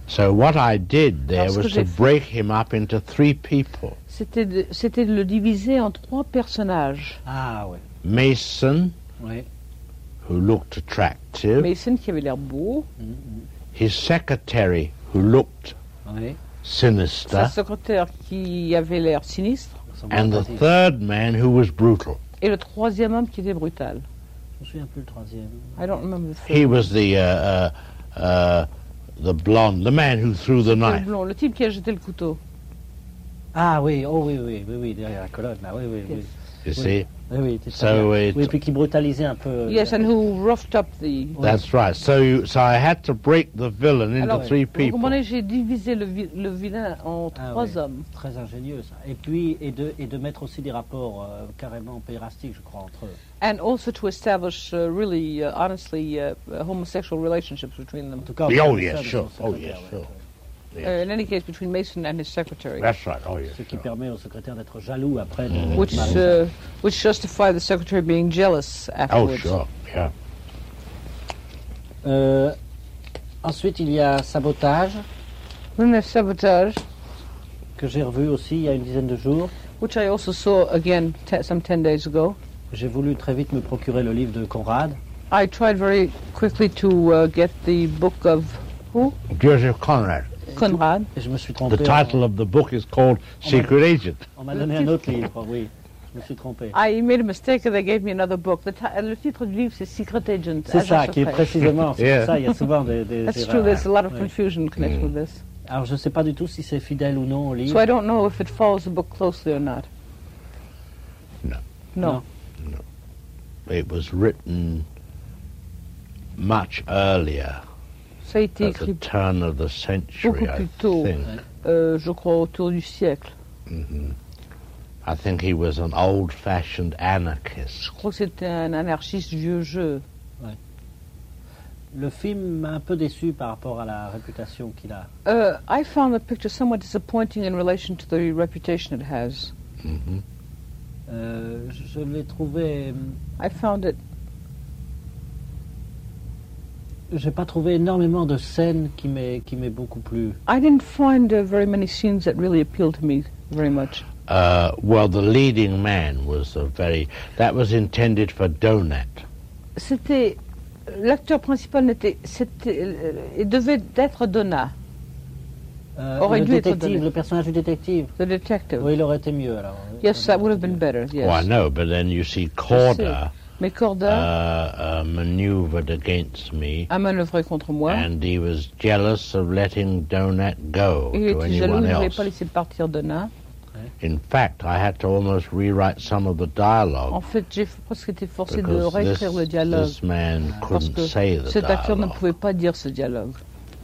Speaker 4: So what I did there
Speaker 5: Alors, ce que
Speaker 4: was to
Speaker 5: j'ai fait-
Speaker 4: break him up into three people:
Speaker 5: C'était de, c'était de le diviser en trois personnages.
Speaker 2: Ah oui,
Speaker 4: Mason,
Speaker 2: oui.
Speaker 4: who looked attractive,
Speaker 5: Mason qui avait l'air beau,
Speaker 2: Mm,
Speaker 4: his secretary, who looked
Speaker 2: oui.
Speaker 5: sa
Speaker 4: sinister,
Speaker 5: secrétaire qui avait l'air sinistre,
Speaker 2: Ça me
Speaker 4: and the
Speaker 2: pratique.
Speaker 4: third man, who was brutal.
Speaker 5: et le troisième homme qui était brutal.
Speaker 2: Je me souviens plus le troisième.
Speaker 5: I don't remember the
Speaker 4: He
Speaker 5: third.
Speaker 4: was the uh, uh, uh, the blonde, the man who threw the
Speaker 5: Le
Speaker 4: knife.
Speaker 5: blond, le type qui a jeté le couteau.
Speaker 2: Ah oui, oh oui, oui, oui, oui, derrière la colonne, là, oui, oui, oui.
Speaker 4: You
Speaker 2: Oui.
Speaker 4: see,
Speaker 2: Oui, oui, c'est très
Speaker 4: So
Speaker 2: bien.
Speaker 4: it-
Speaker 2: oui, puis qui brutalisait un peu. euh,
Speaker 5: Yes, and who roughed up the...
Speaker 4: that's right. So you, so I had to break the villain into
Speaker 5: Alors,
Speaker 4: three
Speaker 5: vous
Speaker 4: people.
Speaker 5: comprenez, j'ai divisé le, vi- le vilain en
Speaker 2: Ah
Speaker 5: trois
Speaker 2: ouais.
Speaker 5: hommes.
Speaker 2: Très ingénieux, ça. Et puis, et de, et de mettre aussi des rapports euh, carrément pérastiques, je crois, entre eux.
Speaker 5: And also to establish uh, really, uh, honestly, uh, homosexual relationships between them.
Speaker 2: En tout cas,
Speaker 4: Oui,
Speaker 2: entre
Speaker 4: oh,
Speaker 2: les
Speaker 4: yes,
Speaker 2: femmes et
Speaker 4: sure.
Speaker 2: son
Speaker 4: Oh,
Speaker 2: secrétaire,
Speaker 4: yes,
Speaker 2: ouais.
Speaker 4: sure.
Speaker 5: Uh, in any case, between Mason and his secretary.
Speaker 4: That's right. Oh yes.
Speaker 2: Ce qui
Speaker 4: sure.
Speaker 2: permet au secrétaire d'être jaloux après. de-
Speaker 5: Which,
Speaker 2: de-
Speaker 5: uh, which justify the secretary being jealous
Speaker 4: Oh
Speaker 5: afterwards.
Speaker 4: sure. Yeah.
Speaker 2: Euh, ensuite, il y a Sabotage,
Speaker 5: Then there's sabotage,
Speaker 2: que j'ai revu aussi il y a une dizaine de jours.
Speaker 5: which I also saw again te- some ten days ago.
Speaker 2: J'ai voulu très vite me procurer le livre de Conrad.
Speaker 5: I tried very quickly to uh, get the book of
Speaker 4: Joseph Conrad.
Speaker 5: Conrad.
Speaker 2: Et je me suis
Speaker 4: The
Speaker 2: trompé.
Speaker 4: title of the book is called Secret Agent.
Speaker 2: On m'a donné un autre livre, oh, oui. Je me suis trompé.
Speaker 5: I made a mistake and they gave me another book. The ti- le titre du livre, c'est Secret Agent.
Speaker 2: C'est
Speaker 5: Agent
Speaker 2: ça, qui est
Speaker 5: secret.
Speaker 2: précisément. C'est pour
Speaker 4: Yeah.
Speaker 2: ça, il y a souvent des. des
Speaker 5: That's
Speaker 2: erreurs.
Speaker 5: true, there's a lot of
Speaker 2: Ouais.
Speaker 5: confusion connected with this.
Speaker 2: Alors, je ne sais pas du tout si c'est fidèle ou non au livre.
Speaker 5: So I don't know if it follows the book closely or not.
Speaker 4: No.
Speaker 5: No.
Speaker 2: No.
Speaker 4: It was written much earlier,
Speaker 5: Ça a été
Speaker 4: at the
Speaker 5: écrit,
Speaker 4: turn of the century,
Speaker 5: Beaucoup
Speaker 4: I
Speaker 5: plus tôt.
Speaker 4: think.
Speaker 5: euh, je crois, autour du siècle.
Speaker 4: I think he was an old-fashioned anarchist.
Speaker 5: Je crois que c'était un anarchiste vieux jeu.
Speaker 2: Le film m'a un peu déçu par rapport à la réputation qu'il a.
Speaker 5: Uh, I found the picture somewhat disappointing in relation to the reputation it has.
Speaker 4: hmm
Speaker 2: Euh, je l'ai trouvé. euh,
Speaker 5: I found it.
Speaker 2: J'ai pas trouvé énormément de scènes qui m'aient qui m'aient beaucoup plu.
Speaker 5: I didn't find uh, very many scenes that really appealed to me very much.
Speaker 4: Uh, well, the leading man was a very. That was intended for Donat.
Speaker 5: C'était l'acteur principal n'était, c'était, euh, il devait être Donna,
Speaker 2: Euh,
Speaker 5: Aurait
Speaker 2: le
Speaker 5: dû être
Speaker 2: détective,
Speaker 5: donné.
Speaker 2: le personnage du détective.
Speaker 5: the detective.
Speaker 2: Oui, il aurait été mieux alors. Euh,
Speaker 5: Yes, that would have been better. Yes.
Speaker 4: Oh, I know, but then you see, Corda
Speaker 5: Mais
Speaker 4: uh,
Speaker 5: Corda
Speaker 4: uh, maneuvered against me,
Speaker 5: a manœuvré contre moi.
Speaker 4: and he was jealous of letting Donat go
Speaker 5: Il
Speaker 4: to
Speaker 5: était jaloux, il
Speaker 4: anyone
Speaker 5: ne voulait
Speaker 4: else.
Speaker 5: pas laisser partir Donna.
Speaker 4: In fact, I had to almost rewrite some of the
Speaker 5: En
Speaker 4: dialogue
Speaker 5: fait, j'ai presque été forcé de
Speaker 4: because this,
Speaker 5: réécrire le dialogue
Speaker 4: this man
Speaker 5: parce
Speaker 4: couldn't
Speaker 5: que
Speaker 4: say the
Speaker 5: cet acteur ne
Speaker 4: dialogue.
Speaker 5: pouvait pas dire ce dialogue.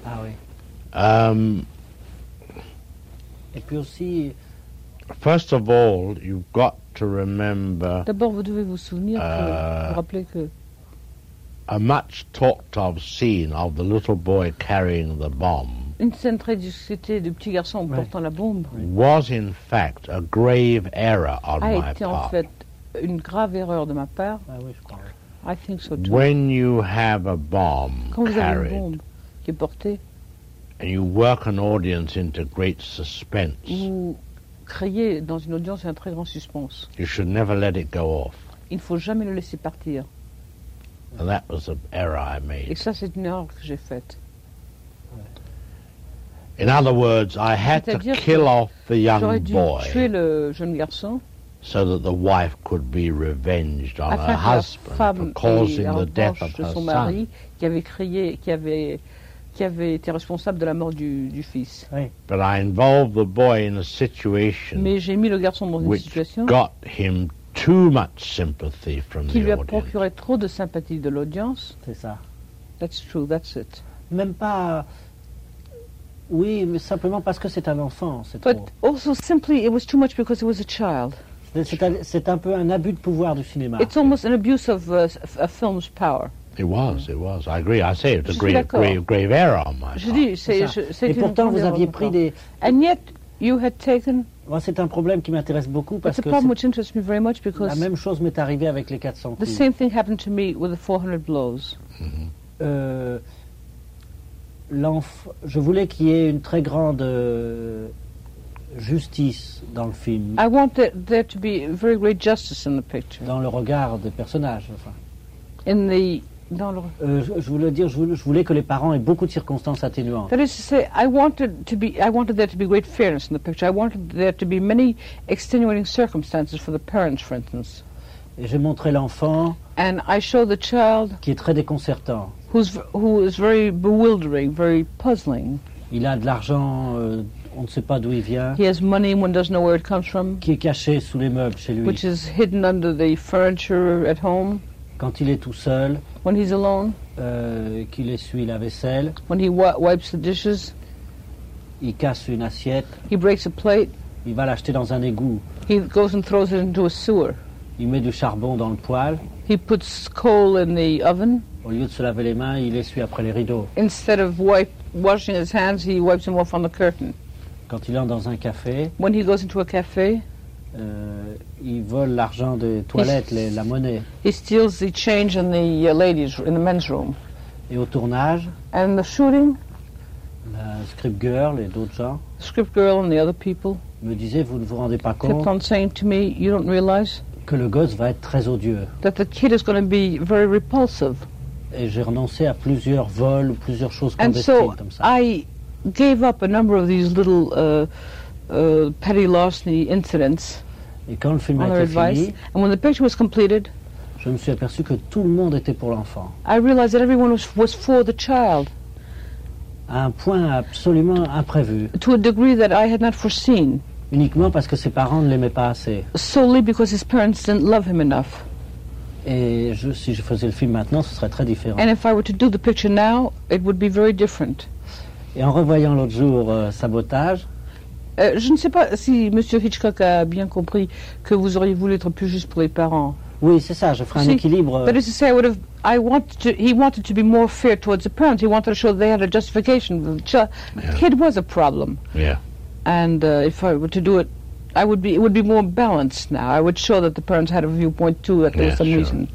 Speaker 2: Ah oui.
Speaker 4: Um,
Speaker 2: Et puis aussi,
Speaker 4: first of all, you've got to remember
Speaker 5: D'abord, vous devez vous souvenir, que,
Speaker 4: Euh.
Speaker 5: vous rappeler que
Speaker 4: a much talked of scene of the little boy carrying the bomb
Speaker 5: une scène très discutée du petit garçon
Speaker 2: Ouais.
Speaker 5: portant la bombe
Speaker 4: was in fact a grave error on
Speaker 5: a
Speaker 4: my
Speaker 5: été Ah, en
Speaker 4: part.
Speaker 5: fait une grave erreur de ma part.
Speaker 2: ah oui, je crois. oui.
Speaker 5: I think so too.
Speaker 4: When you have a bomb
Speaker 5: Quand vous avez une
Speaker 4: carried
Speaker 5: bombe qui est portée,
Speaker 4: and you work an audience into great suspense,
Speaker 5: vous créez dans une audience un très grand suspense.
Speaker 4: you should never let it go off.
Speaker 5: Il ne faut jamais le laisser partir.
Speaker 4: And that was an error I
Speaker 5: Et
Speaker 4: made.
Speaker 5: ça, c'est une erreur que j'ai faite.
Speaker 4: In other words, I had to
Speaker 5: C'est-à-dire que
Speaker 4: kill off the
Speaker 5: J'aurais
Speaker 4: young
Speaker 5: dû tuer
Speaker 4: boy
Speaker 5: le jeune garçon
Speaker 4: so that the wife could be revenged on her
Speaker 5: afin que la femme
Speaker 4: husband for
Speaker 5: ait
Speaker 4: causing
Speaker 5: la
Speaker 4: the death of
Speaker 5: revanche de
Speaker 4: her
Speaker 5: son
Speaker 4: son.
Speaker 5: mari qui avait crié, qui avait, qui avait été responsable de la mort du, du fils.
Speaker 4: But I involved the boy in a situation
Speaker 5: Mais j'ai mis le garçon dans une
Speaker 4: which
Speaker 5: situation
Speaker 4: got him too much sympathy from
Speaker 5: qui lui
Speaker 4: the
Speaker 5: a
Speaker 4: audience.
Speaker 5: procuré trop de sympathie de l'audience.
Speaker 2: c'est ça.
Speaker 5: That's true, that's it.
Speaker 2: Même pas. Oui, mais simplement parce que c'est un enfant, c'est
Speaker 5: But
Speaker 2: trop.
Speaker 5: also simply, it was too much because it was a child.
Speaker 2: C'est- C'est un, c'est un peu un abus de pouvoir du cinéma.
Speaker 5: It's almost an abuse of uh, f- a film's power.
Speaker 4: It was, it was. I agree. I say it
Speaker 5: Je
Speaker 4: was a
Speaker 5: suis
Speaker 4: grave,
Speaker 5: d'accord.
Speaker 4: grave, grave error on my
Speaker 5: Je
Speaker 4: part.
Speaker 5: dis,
Speaker 2: Ah, C'est
Speaker 5: c'est
Speaker 2: ça.
Speaker 5: je- c'est
Speaker 2: Et
Speaker 5: une
Speaker 2: pourtant, vous
Speaker 5: première hein.
Speaker 2: aviez
Speaker 5: erreur
Speaker 2: pris
Speaker 5: de ma
Speaker 2: des.
Speaker 5: part. And yet, you had taken.
Speaker 2: Moi, c'est un problème qui m'intéresse beaucoup parce
Speaker 5: That's a
Speaker 2: que
Speaker 5: problem
Speaker 2: c'est-
Speaker 5: which interests me very much
Speaker 2: la
Speaker 5: because
Speaker 2: même chose m'est arrivée avec les 400
Speaker 5: the
Speaker 2: coups.
Speaker 5: same thing happened to me with the 400 blows.
Speaker 2: Euh, l'enf- Je voulais qu'il y ait une très grande euh, justice dans le film,
Speaker 5: I want there, there to be very great justice in the picture.
Speaker 2: dans le regard des personnages. enfin.
Speaker 5: In the dans le-
Speaker 2: Euh, je, je voulais dire, je voulais, je voulais que les parents aient beaucoup de circonstances atténuantes.
Speaker 5: That is to say, I wanted to be. I wanted there to be great fairness in the picture. I wanted there to be many extenuating circumstances for the parents, for instance.
Speaker 2: Et j'ai montré l'enfant
Speaker 5: And I show the child
Speaker 2: qui est très déconcertant.
Speaker 5: who's v- who is very bewildering, very puzzling.
Speaker 2: Il a de l'argent, euh, on ne sait pas d'où il vient,
Speaker 5: He has money, one doesn't know where it comes from,
Speaker 2: qui est caché sous les meubles chez lui.
Speaker 5: which is hidden under the furniture at home.
Speaker 2: Quand il est tout seul,
Speaker 5: When he's alone,
Speaker 2: euh, qu'il essuie la vaisselle,
Speaker 5: when he wi- wipes the dishes,
Speaker 2: il casse une assiette,
Speaker 5: he breaks a plate.
Speaker 2: il va l'acheter dans un égout,
Speaker 5: He goes and throws it into a sewer.
Speaker 2: il met du charbon dans le poêle,
Speaker 5: He puts coal in the oven.
Speaker 2: au lieu de se laver les mains, il essuie après les rideaux.
Speaker 5: Instead of wipe, washing his hands, he wipes them off on the curtain.
Speaker 2: Quand il entre dans un café,
Speaker 5: When he goes into a cafe,
Speaker 2: euh, il vole l'argent des toilettes, les- la monnaie.
Speaker 5: he steals the change in the uh, ladies' in the men's room.
Speaker 2: Et au tournage,
Speaker 5: And the shooting,
Speaker 2: la script girl et d'autres gens
Speaker 5: script girl and the other people
Speaker 2: me disaient, vous ne vous rendez pas
Speaker 5: kept
Speaker 2: compte
Speaker 5: on saying to me, "You don't realize
Speaker 2: que le gosse va être très odieux.
Speaker 5: that the kid is going to be very repulsive."
Speaker 2: Et j'ai renoncé à plusieurs vols, ou plusieurs choses
Speaker 5: And
Speaker 2: clandestines
Speaker 5: so
Speaker 2: comme ça.
Speaker 5: I gave up a number of these little uh, uh, petty larceny incidents
Speaker 2: Et quand le film
Speaker 5: on
Speaker 2: a E?
Speaker 5: her
Speaker 2: été
Speaker 5: advice.
Speaker 2: fini,
Speaker 5: And when the picture was completed,
Speaker 2: je me suis aperçu que tout le monde était pour l'enfant.
Speaker 5: I realized that everyone was, was for the child
Speaker 2: À un point absolument imprévu.
Speaker 5: to a degree that I had not foreseen,
Speaker 2: Uniquement parce que ses parents ne l'aimaient pas assez.
Speaker 5: solely because his parents didn't love him enough.
Speaker 2: Et je- si je faisais le film maintenant, ce serait très différent.
Speaker 5: And if I were to do the picture now, it would be very different.
Speaker 2: Et en revoyant l'autre jour euh, Sabotage,
Speaker 5: Euh, je ne sais pas si M. Hitchcock a bien compris que vous auriez voulu être plus juste pour les parents.
Speaker 2: oui, c'est ça, je ferai un
Speaker 5: Si.
Speaker 2: équilibre. euh,
Speaker 5: That is to say, I would have. I wanted to. He wanted to be more fair towards the parents. He wanted to show they had a justification. The chi- kid was a problem,
Speaker 4: Yeah.
Speaker 5: and uh, if I were to do it, I would be. It would be more balanced now. I would show that the parents had a viewpoint too. That there was
Speaker 4: Yeah,
Speaker 5: some
Speaker 4: sure.
Speaker 5: reason.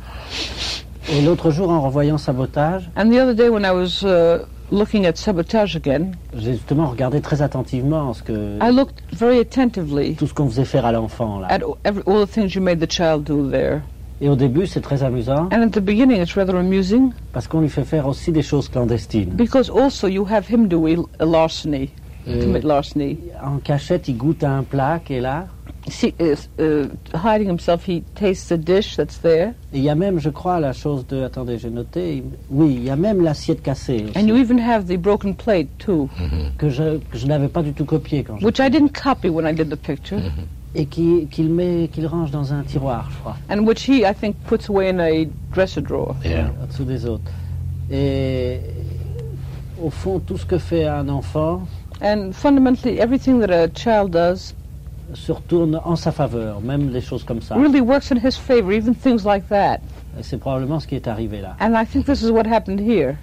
Speaker 2: Et l'autre jour, en revoyant Sabotage,
Speaker 5: And the other day, when I was uh, looking at sabotage again,
Speaker 2: j'ai justement regardé très attentivement ce que,
Speaker 5: I looked very attentively
Speaker 2: tout ce qu'on faisait faire à l'enfant. là.
Speaker 5: at o- every, all the things you made the child do there.
Speaker 2: Et au début, c'est très amusant
Speaker 5: And at the beginning, it's rather amusing
Speaker 2: parce qu'on lui fait faire aussi des choses clandestines.
Speaker 5: because also you have him
Speaker 4: Mm.
Speaker 5: do il- a larceny, commit larceny.
Speaker 2: En cachette, il goûte à un plat qui est là.
Speaker 5: see, uh, uh, hiding himself, he tastes the dish that's there,
Speaker 2: Et il y a même, je crois, la chose de. Attendez, j'ai noté. Oui, il y a même l'assiette cassée aussi,
Speaker 5: and you even have the broken plate too,
Speaker 2: que je, que je n'avais pas du tout copiée quand j'ai-
Speaker 5: which I didn't copy when I did the picture,
Speaker 2: et qui- qu'il met, qu'il range dans un tiroir, je crois,
Speaker 5: and which he, I think, puts away in a dresser drawer.
Speaker 4: Yeah.
Speaker 2: au-dessous des autres. Et au fond, tout ce que fait un enfant
Speaker 5: And fundamentally, everything that a child does
Speaker 2: se retourne en sa faveur, même les choses comme ça.
Speaker 5: really works in his favor, even things like that.
Speaker 2: Et c'est probablement ce qui est arrivé là.
Speaker 5: And I think this is what happened here.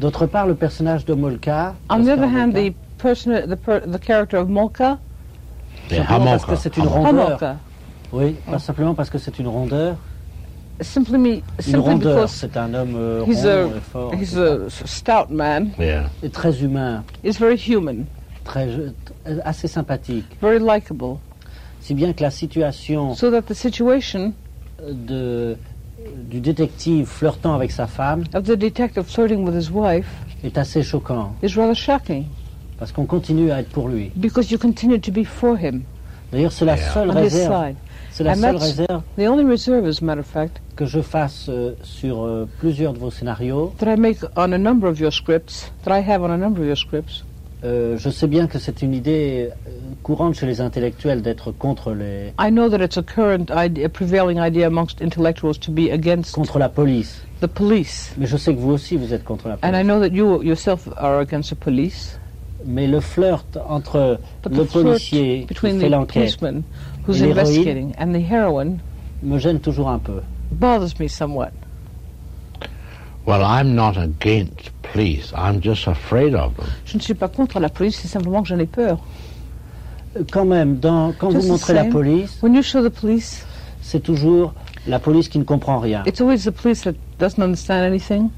Speaker 2: D'autre part, le personnage de Molka.
Speaker 5: On the other hand,
Speaker 2: Pascal
Speaker 5: the person, the, per, the character of Molka,
Speaker 4: Yeah,
Speaker 2: Simplement parce que
Speaker 4: Hamilcar.
Speaker 2: c'est une
Speaker 4: Hamilcar.
Speaker 2: rondeur.
Speaker 5: Hamolka,
Speaker 2: Oui, pas simplement parce que c'est une rondeur.
Speaker 5: simply me,
Speaker 2: Une
Speaker 5: simply
Speaker 2: rondeur,
Speaker 5: because
Speaker 2: c'est un homme euh,
Speaker 5: he's
Speaker 2: rond
Speaker 5: a-
Speaker 2: et fort.
Speaker 5: he's a s- stout man,
Speaker 4: Yeah.
Speaker 2: Et très humain,
Speaker 5: is very human,
Speaker 2: très, je- t- assez sympathique.
Speaker 5: very likable,
Speaker 2: Si bien que la situation euh,
Speaker 5: so that the situation
Speaker 2: de, du détective flirtant avec sa femme
Speaker 5: of the detective flirting with his wife
Speaker 2: est assez choquante.
Speaker 5: is rather shocking
Speaker 2: Parce qu'on continue à être pour lui.
Speaker 5: because you continue to be for him
Speaker 2: D'ailleurs, c'est la
Speaker 4: Yeah.
Speaker 2: seule
Speaker 5: on his
Speaker 2: réserve.
Speaker 5: side.
Speaker 2: C'est la
Speaker 5: And
Speaker 2: seule
Speaker 5: that's-
Speaker 2: réserve
Speaker 5: The only reserve, as a matter of fact,
Speaker 2: que je fasse euh, sur euh, plusieurs de vos scénarios.
Speaker 5: that I make on a number of your scripts, that I have on a number of your scripts,
Speaker 2: Euh, je sais bien que c'est une idée euh, courante chez les intellectuels d'être contre les
Speaker 5: I know that it's a current idea, prevailing idea amongst intellectuals to be against
Speaker 2: contre la police.
Speaker 5: the police.
Speaker 2: Mais je sais que vous aussi vous êtes contre la
Speaker 5: And I
Speaker 2: police.
Speaker 5: know that you yourself are against the police.
Speaker 2: Mais le flirt entre
Speaker 5: But
Speaker 2: le
Speaker 5: the flirt
Speaker 2: policier qui
Speaker 5: between
Speaker 2: fait
Speaker 5: the
Speaker 2: l'enquête
Speaker 5: policeman who's
Speaker 2: et l'héroïne.
Speaker 5: investigating and the heroine
Speaker 2: me gêne toujours un peu.
Speaker 5: bothers me somewhat.
Speaker 4: Well, I'm not against police. I'm just afraid of them.
Speaker 5: Je ne suis pas contre la police, c'est simplement que j'en ai peur.
Speaker 2: Euh, Quand même, dans, quand
Speaker 5: Just
Speaker 2: vous
Speaker 5: the
Speaker 2: montrez la
Speaker 5: same.
Speaker 2: police,
Speaker 5: When you show the police,
Speaker 2: c'est toujours la police qui ne comprend rien,
Speaker 5: it's always the police that doesn't understand anything,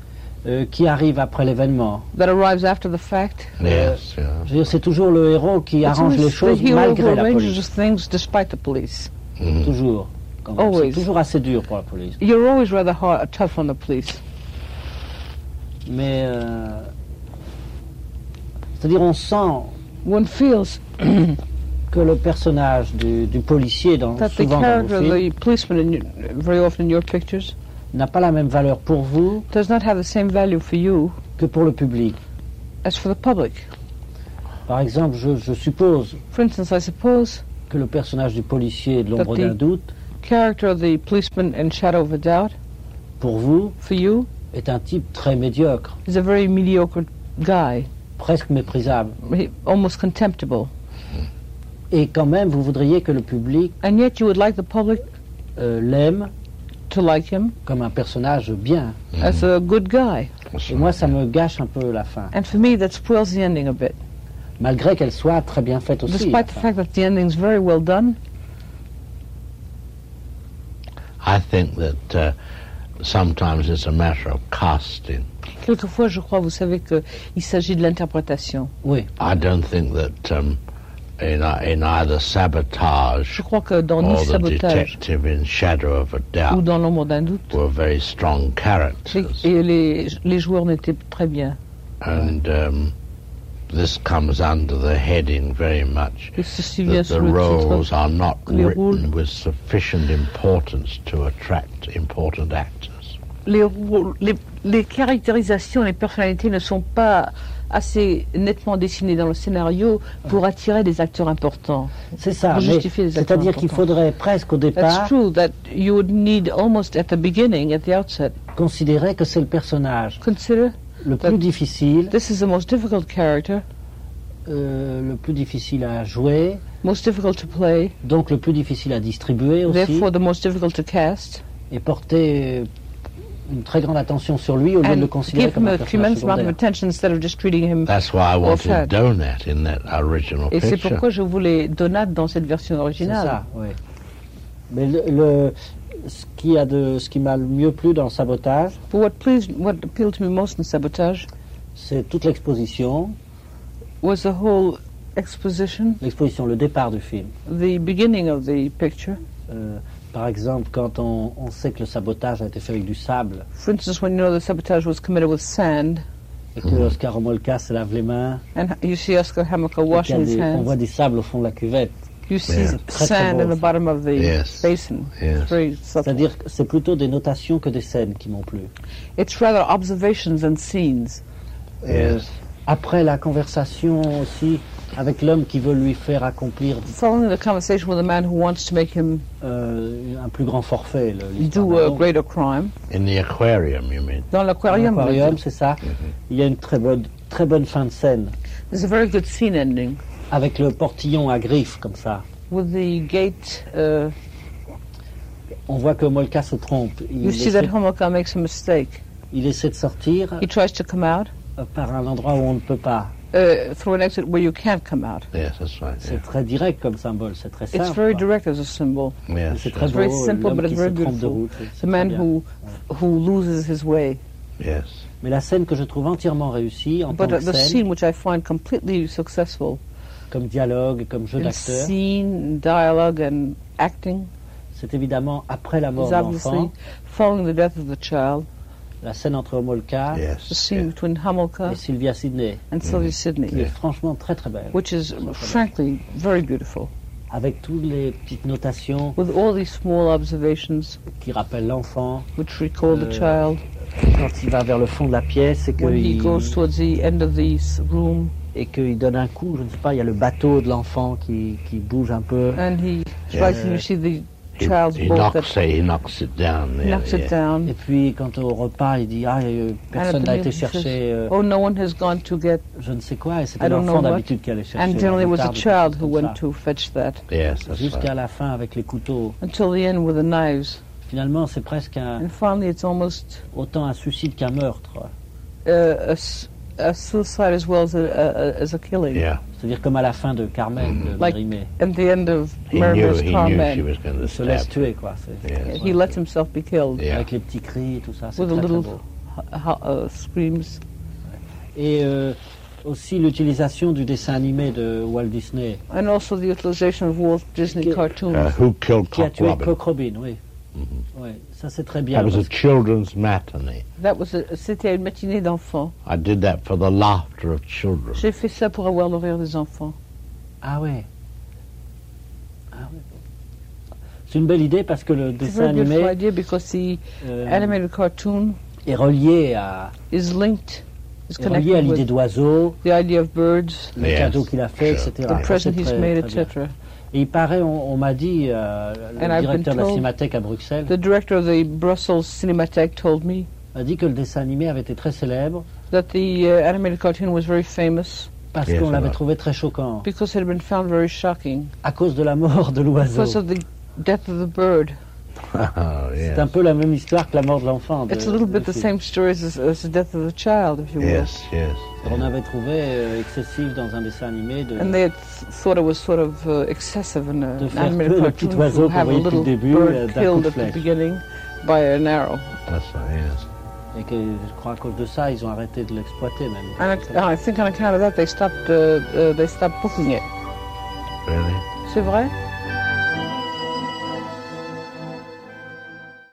Speaker 2: euh, qui arrive après l'événement.
Speaker 5: that arrives after the fact.
Speaker 4: Yes. Yeah.
Speaker 2: Je veux dire, C'est toujours le héros qui
Speaker 5: It's
Speaker 2: arrange
Speaker 5: always
Speaker 2: les choses
Speaker 5: the hero who
Speaker 2: malgré la
Speaker 5: arranges
Speaker 2: police.
Speaker 5: things despite the police.
Speaker 4: Mm.
Speaker 2: Toujours. quand même. C'est
Speaker 5: Always.
Speaker 2: toujours assez dur pour la police.
Speaker 5: You're always rather hard, tough on the police.
Speaker 2: Mais euh, c'est-à-dire on sent
Speaker 5: One feels
Speaker 2: que le personnage du, du policier dans,
Speaker 5: That the
Speaker 2: souvent dans
Speaker 5: character
Speaker 2: vos
Speaker 5: of
Speaker 2: films
Speaker 5: the policeman, in your, very often in your pictures,
Speaker 2: n'a pas la même valeur pour vous
Speaker 5: does not have the same value for you
Speaker 2: que pour le public.
Speaker 5: as for the public.
Speaker 2: Par exemple, je, je suppose
Speaker 5: For instance, I suppose
Speaker 2: que le personnage du policier de l'ombre
Speaker 5: That the-
Speaker 2: d'un doute,
Speaker 5: character of the policeman in Shadow of a Doubt
Speaker 2: pour vous,
Speaker 5: for you
Speaker 2: est un type très médiocre,
Speaker 5: is a very mediocre guy,
Speaker 2: presque méprisable.
Speaker 5: he- almost contemptible.
Speaker 2: Et quand même, vous voudriez que le public
Speaker 5: And yet you would like the public
Speaker 2: euh, l'aime
Speaker 5: to like him
Speaker 2: comme un personnage bien.
Speaker 5: as a good guy.
Speaker 2: Et moi, ça me gâche un peu la fin,
Speaker 5: And for me, that spoils the ending a bit.
Speaker 2: malgré qu'elle soit très bien faite aussi. la
Speaker 5: Despite
Speaker 2: fin.
Speaker 5: the fact that the ending's very well done,
Speaker 4: I think that uh, sometimes it's a matter of casting.
Speaker 5: quelquefois, je crois, vous savez qu'il s'agit de l'interprétation.
Speaker 2: Oui,
Speaker 4: I don't think that um, in, in either sabotage
Speaker 5: Je crois que dans Ni
Speaker 4: or Oh, the
Speaker 5: Oh, Sabotage
Speaker 4: detective in Shadow of a
Speaker 5: ou
Speaker 4: Doubt
Speaker 5: dans L'ombre d'un doute,
Speaker 4: were very strong
Speaker 5: Les-
Speaker 4: characters.
Speaker 5: Et les, les joueurs n'étaient très bien.
Speaker 4: And um, this comes under the heading very much
Speaker 5: Et ceci vient
Speaker 4: that the
Speaker 5: sur le
Speaker 4: roles
Speaker 5: titre.
Speaker 4: are not
Speaker 5: les
Speaker 4: written
Speaker 5: rôles-
Speaker 4: with sufficient importance to attract important actors.
Speaker 5: Les, rôles- les, les caractérisations, les personnalités ne sont pas assez nettement dessinées dans le scénario pour attirer des acteurs importants.
Speaker 2: c'est ça.
Speaker 5: Pour
Speaker 2: mais
Speaker 5: justifier les acteurs
Speaker 2: C'est-à-dire qu'il
Speaker 5: importants.
Speaker 2: faudrait presque au
Speaker 5: That's
Speaker 2: départ
Speaker 5: true that you would need almost at the beginning, at the outset,
Speaker 2: considérer que c'est le personnage
Speaker 5: consider
Speaker 2: le
Speaker 5: That-
Speaker 2: plus difficile,
Speaker 5: this is the most difficult character,
Speaker 2: euh, le plus difficile à jouer,
Speaker 5: most difficult to play,
Speaker 2: donc le plus difficile à distribuer aussi,
Speaker 5: therefore the most difficult to cast,
Speaker 2: et porter euh, une très grande attention sur lui au lieu de le
Speaker 5: and
Speaker 2: considérer
Speaker 5: give him
Speaker 2: comme un
Speaker 5: a
Speaker 2: personnage
Speaker 5: tremendous amount of
Speaker 2: secondaire.
Speaker 5: attention instead of just treating him.
Speaker 4: That's why I wanted
Speaker 5: fact-
Speaker 4: Donat in that original
Speaker 5: Et c'est
Speaker 4: picture.
Speaker 5: pourquoi je voulais Donat dans cette version
Speaker 2: C'est
Speaker 5: originale.
Speaker 2: ça, oui. Mais le, le- ce qui a de, ce qui m'a le mieux plu dans le sabotage,
Speaker 5: But what pleased, what appealed to me most in Sabotage
Speaker 2: c'est toute l'exposition,
Speaker 5: was the whole exposition,
Speaker 2: l'exposition, le départ du film.
Speaker 5: the beginning of the picture.
Speaker 2: Euh, par exemple, quand on, on sait que le sabotage a été fait avec du sable
Speaker 5: For instance, when you know the sabotage was committed with sand,
Speaker 2: et que Oscar Romolka se lave les mains,
Speaker 5: and you see Oscar Hamilcar
Speaker 2: et qu'il y a
Speaker 5: washing his
Speaker 2: des- on voit
Speaker 5: hands,
Speaker 2: du sable au fond de la cuvette.
Speaker 5: You see
Speaker 4: Yeah.
Speaker 2: Très, très
Speaker 5: sand
Speaker 2: beau,
Speaker 5: in the
Speaker 2: ça.
Speaker 5: bottom of the
Speaker 4: Yes.
Speaker 5: basin.
Speaker 4: Yes.
Speaker 5: Very subtle.
Speaker 2: C'est-à-dire que c'est plutôt des notations que des scènes qui m'ont plu.
Speaker 5: It's rather observations than scenes.
Speaker 2: Euh,
Speaker 4: Yes.
Speaker 2: Après la conversation aussi avec l'homme qui veut lui faire accomplir
Speaker 5: Following the conversation with a man who wants to make him
Speaker 2: euh, un plus grand forfait. le- l'histoire
Speaker 5: do
Speaker 2: d'un
Speaker 5: a
Speaker 2: don.
Speaker 5: greater crime.
Speaker 4: In the aquarium, you mean?
Speaker 5: Dans l'aquarium,
Speaker 2: L'aquarium, c'est ça. Il y a une très bonne, très bonne fin de scène
Speaker 5: there's a very good scene ending
Speaker 2: avec le portillon à griffes comme ça.
Speaker 5: with the gate. Uh,
Speaker 2: On voit que Molka se trompe. Il,
Speaker 5: you see that
Speaker 2: essaie,
Speaker 5: Homoka makes a mistake.
Speaker 2: il essaie de sortir
Speaker 5: He tries to come out
Speaker 2: euh, par un endroit où on ne peut pas.
Speaker 5: uh, through an exit where you can't come out.
Speaker 4: Yes, that's right.
Speaker 2: C'est
Speaker 4: Yeah.
Speaker 2: très direct comme symbole, c'est très simple.
Speaker 5: It's very
Speaker 2: quoi.
Speaker 5: direct as a symbol.
Speaker 2: Mais
Speaker 4: Yes,
Speaker 2: C'est très
Speaker 4: that's-
Speaker 2: beau,
Speaker 5: very simple,
Speaker 2: l'homme
Speaker 5: but it's
Speaker 2: qui
Speaker 5: very
Speaker 2: se trompe de
Speaker 5: beautiful.
Speaker 2: route, c'est
Speaker 5: The man
Speaker 2: très bien.
Speaker 5: who who loses his way.
Speaker 4: yes.
Speaker 2: Mais la scène que je trouve entièrement réussie en
Speaker 5: But
Speaker 2: tant
Speaker 5: uh,
Speaker 2: que
Speaker 5: the
Speaker 2: scène,
Speaker 5: scene which I find completely successful
Speaker 2: comme dialogue, comme jeu
Speaker 5: in
Speaker 2: d'acteur,
Speaker 5: scene, dialogue, and acting
Speaker 2: c'est évidemment après la mort
Speaker 5: is
Speaker 2: de
Speaker 5: obviously
Speaker 2: l'enfant,
Speaker 5: following the death of the child.
Speaker 2: la scène entre Molka
Speaker 5: The
Speaker 4: Yes.
Speaker 5: scene
Speaker 4: Yeah.
Speaker 5: between Hamilcar
Speaker 2: et Sylvia Sidney,
Speaker 5: and Sylvia Sidney,
Speaker 2: qui est franchement très très belle,
Speaker 5: which is frankly very beautiful,
Speaker 2: avec toutes les petites notations
Speaker 5: with all these small observations
Speaker 2: qui rappellent l'enfant,
Speaker 5: which recall the
Speaker 2: Uh,
Speaker 5: child.
Speaker 2: quand il va vers le fond de la pièce et
Speaker 5: When he
Speaker 2: qu'il
Speaker 5: goes towards the end of the s- room
Speaker 2: et qu'il donne un coup, je ne sais pas, il y a le bateau de l'enfant qui, qui bouge un peu.
Speaker 5: and he tries to
Speaker 2: Yeah.
Speaker 5: you see the
Speaker 4: He,
Speaker 5: child's
Speaker 4: he
Speaker 5: boat that
Speaker 4: knocks it. He knocks it down. There,
Speaker 5: knocks
Speaker 4: yeah.
Speaker 5: it down.
Speaker 2: Et puis quand au repas, il dit ah euh, personne
Speaker 5: And
Speaker 2: n'a
Speaker 5: at the
Speaker 2: été
Speaker 5: meal, he says,
Speaker 2: chercher euh,
Speaker 5: Oh, no one has gone to get.
Speaker 2: je ne sais quoi et c'était
Speaker 5: I don't
Speaker 2: l'enfant
Speaker 5: know what.
Speaker 2: d'habitude qui allait chercher.
Speaker 5: And generally, it
Speaker 2: la
Speaker 5: was a
Speaker 2: moutarde ou
Speaker 5: child
Speaker 2: quelque
Speaker 5: who
Speaker 2: chose comme
Speaker 5: went
Speaker 2: ça.
Speaker 5: to fetch that
Speaker 4: Yes, that's
Speaker 2: Jusqu'à
Speaker 4: right.
Speaker 2: la fin avec les couteaux.
Speaker 5: until the end with the knives.
Speaker 2: Finalement, c'est presque un-
Speaker 5: And finally, it's almost
Speaker 2: autant un suicide qu'un meurtre.
Speaker 5: uh, a, s- a suicide as well as a, a, a- as a killing.
Speaker 4: Yeah.
Speaker 2: C'est-à-dire comme à la fin de Carmen, de
Speaker 5: Like-
Speaker 2: Mérimée.
Speaker 5: At the end of
Speaker 4: He knew.
Speaker 5: Mermaid's
Speaker 4: He knew she
Speaker 5: Carmen,
Speaker 4: was going to
Speaker 2: Il se laisse
Speaker 4: stab.
Speaker 2: tuer, quoi. c'est-
Speaker 4: Yeah.
Speaker 5: he let himself be killed
Speaker 4: Yeah.
Speaker 2: Avec les petits cris, tout ça. C'est
Speaker 5: with a
Speaker 2: très, très
Speaker 5: little
Speaker 2: beau.
Speaker 5: h- h- uh, screams.
Speaker 2: Et euh, aussi l'utilisation du dessin animé de Walt Disney,
Speaker 5: And also the utilization of Walt Disney
Speaker 2: Okay.
Speaker 5: cartoons.
Speaker 4: Uh, who killed
Speaker 2: qui a
Speaker 4: Cock
Speaker 2: tué
Speaker 4: Robin?
Speaker 2: Cock Robin, oui.
Speaker 5: Mm-hmm.
Speaker 2: Oui, ça c'est très bien.
Speaker 4: That was a
Speaker 2: parce que
Speaker 4: children's matinee.
Speaker 5: That was a, c'était une matinée d'enfants.
Speaker 4: I did that for the laughter of children. *laughs*
Speaker 5: J'ai fait ça pour avoir le rire des enfants.
Speaker 2: Ah ouais. Ah ouais. C'est une belle idée parce que le
Speaker 5: It's a
Speaker 2: dessin
Speaker 5: very beautiful
Speaker 2: animé
Speaker 5: idea because the
Speaker 2: euh,
Speaker 5: animated cartoon
Speaker 2: est relié à,
Speaker 5: is linked, is
Speaker 2: est relié à
Speaker 5: connected
Speaker 2: l'idée
Speaker 5: with
Speaker 2: d'oiseau,
Speaker 5: the idea of birds,
Speaker 2: le
Speaker 4: Yes.
Speaker 2: cadeau qu'il a fait,
Speaker 4: Sure.
Speaker 2: etc.
Speaker 5: the
Speaker 2: Ah, Ça,
Speaker 5: present
Speaker 2: c'est
Speaker 5: he's
Speaker 2: très-
Speaker 5: made,
Speaker 2: très bien.
Speaker 5: etc.
Speaker 2: Et il paraît, on, on m'a dit, euh, le
Speaker 5: And I've
Speaker 2: directeur
Speaker 5: been
Speaker 2: de la
Speaker 5: told-
Speaker 2: Cinémathèque à Bruxelles
Speaker 5: The director of the Brussels Cinematheque told me
Speaker 2: a dit que le dessin animé avait été très célèbre
Speaker 5: that the uh, animated cartoon was very famous
Speaker 2: parce
Speaker 4: Yes,
Speaker 2: qu'on
Speaker 4: I
Speaker 2: l'avait
Speaker 4: know.
Speaker 2: trouvé très choquant
Speaker 5: because it had been found very shocking
Speaker 2: à cause de la mort de l'oiseau.
Speaker 5: because of the death of the bird.
Speaker 4: Oh,
Speaker 2: C'est un
Speaker 4: yes.
Speaker 2: peu la même histoire que la mort de l'enfant. de-
Speaker 5: It's a little
Speaker 2: du
Speaker 5: bit the
Speaker 2: film.
Speaker 5: same story as, as the death of the child, if you will.
Speaker 4: Yes, yes.
Speaker 2: On avait trouvé euh, excessif dans un dessin animé de,
Speaker 5: And they had th- thought it was sort of uh, excessive in a-
Speaker 2: De
Speaker 5: an
Speaker 2: faire
Speaker 5: animated
Speaker 2: tuer le petit
Speaker 5: cartoon
Speaker 2: oiseau
Speaker 5: to
Speaker 2: qu'on
Speaker 5: have a
Speaker 2: voyait depuis le
Speaker 5: little
Speaker 2: début, euh,
Speaker 5: bird
Speaker 2: d'un coup de
Speaker 5: killed at the
Speaker 2: flèche.
Speaker 5: beginess by an arrow.
Speaker 4: That's right, yes.
Speaker 2: et que je crois à cause de ça ils ont arrêté de l'exploiter même.
Speaker 5: And I, and I think on account of that they stopped uh, uh, they stopped booking it.
Speaker 4: Really?
Speaker 5: C'est vrai?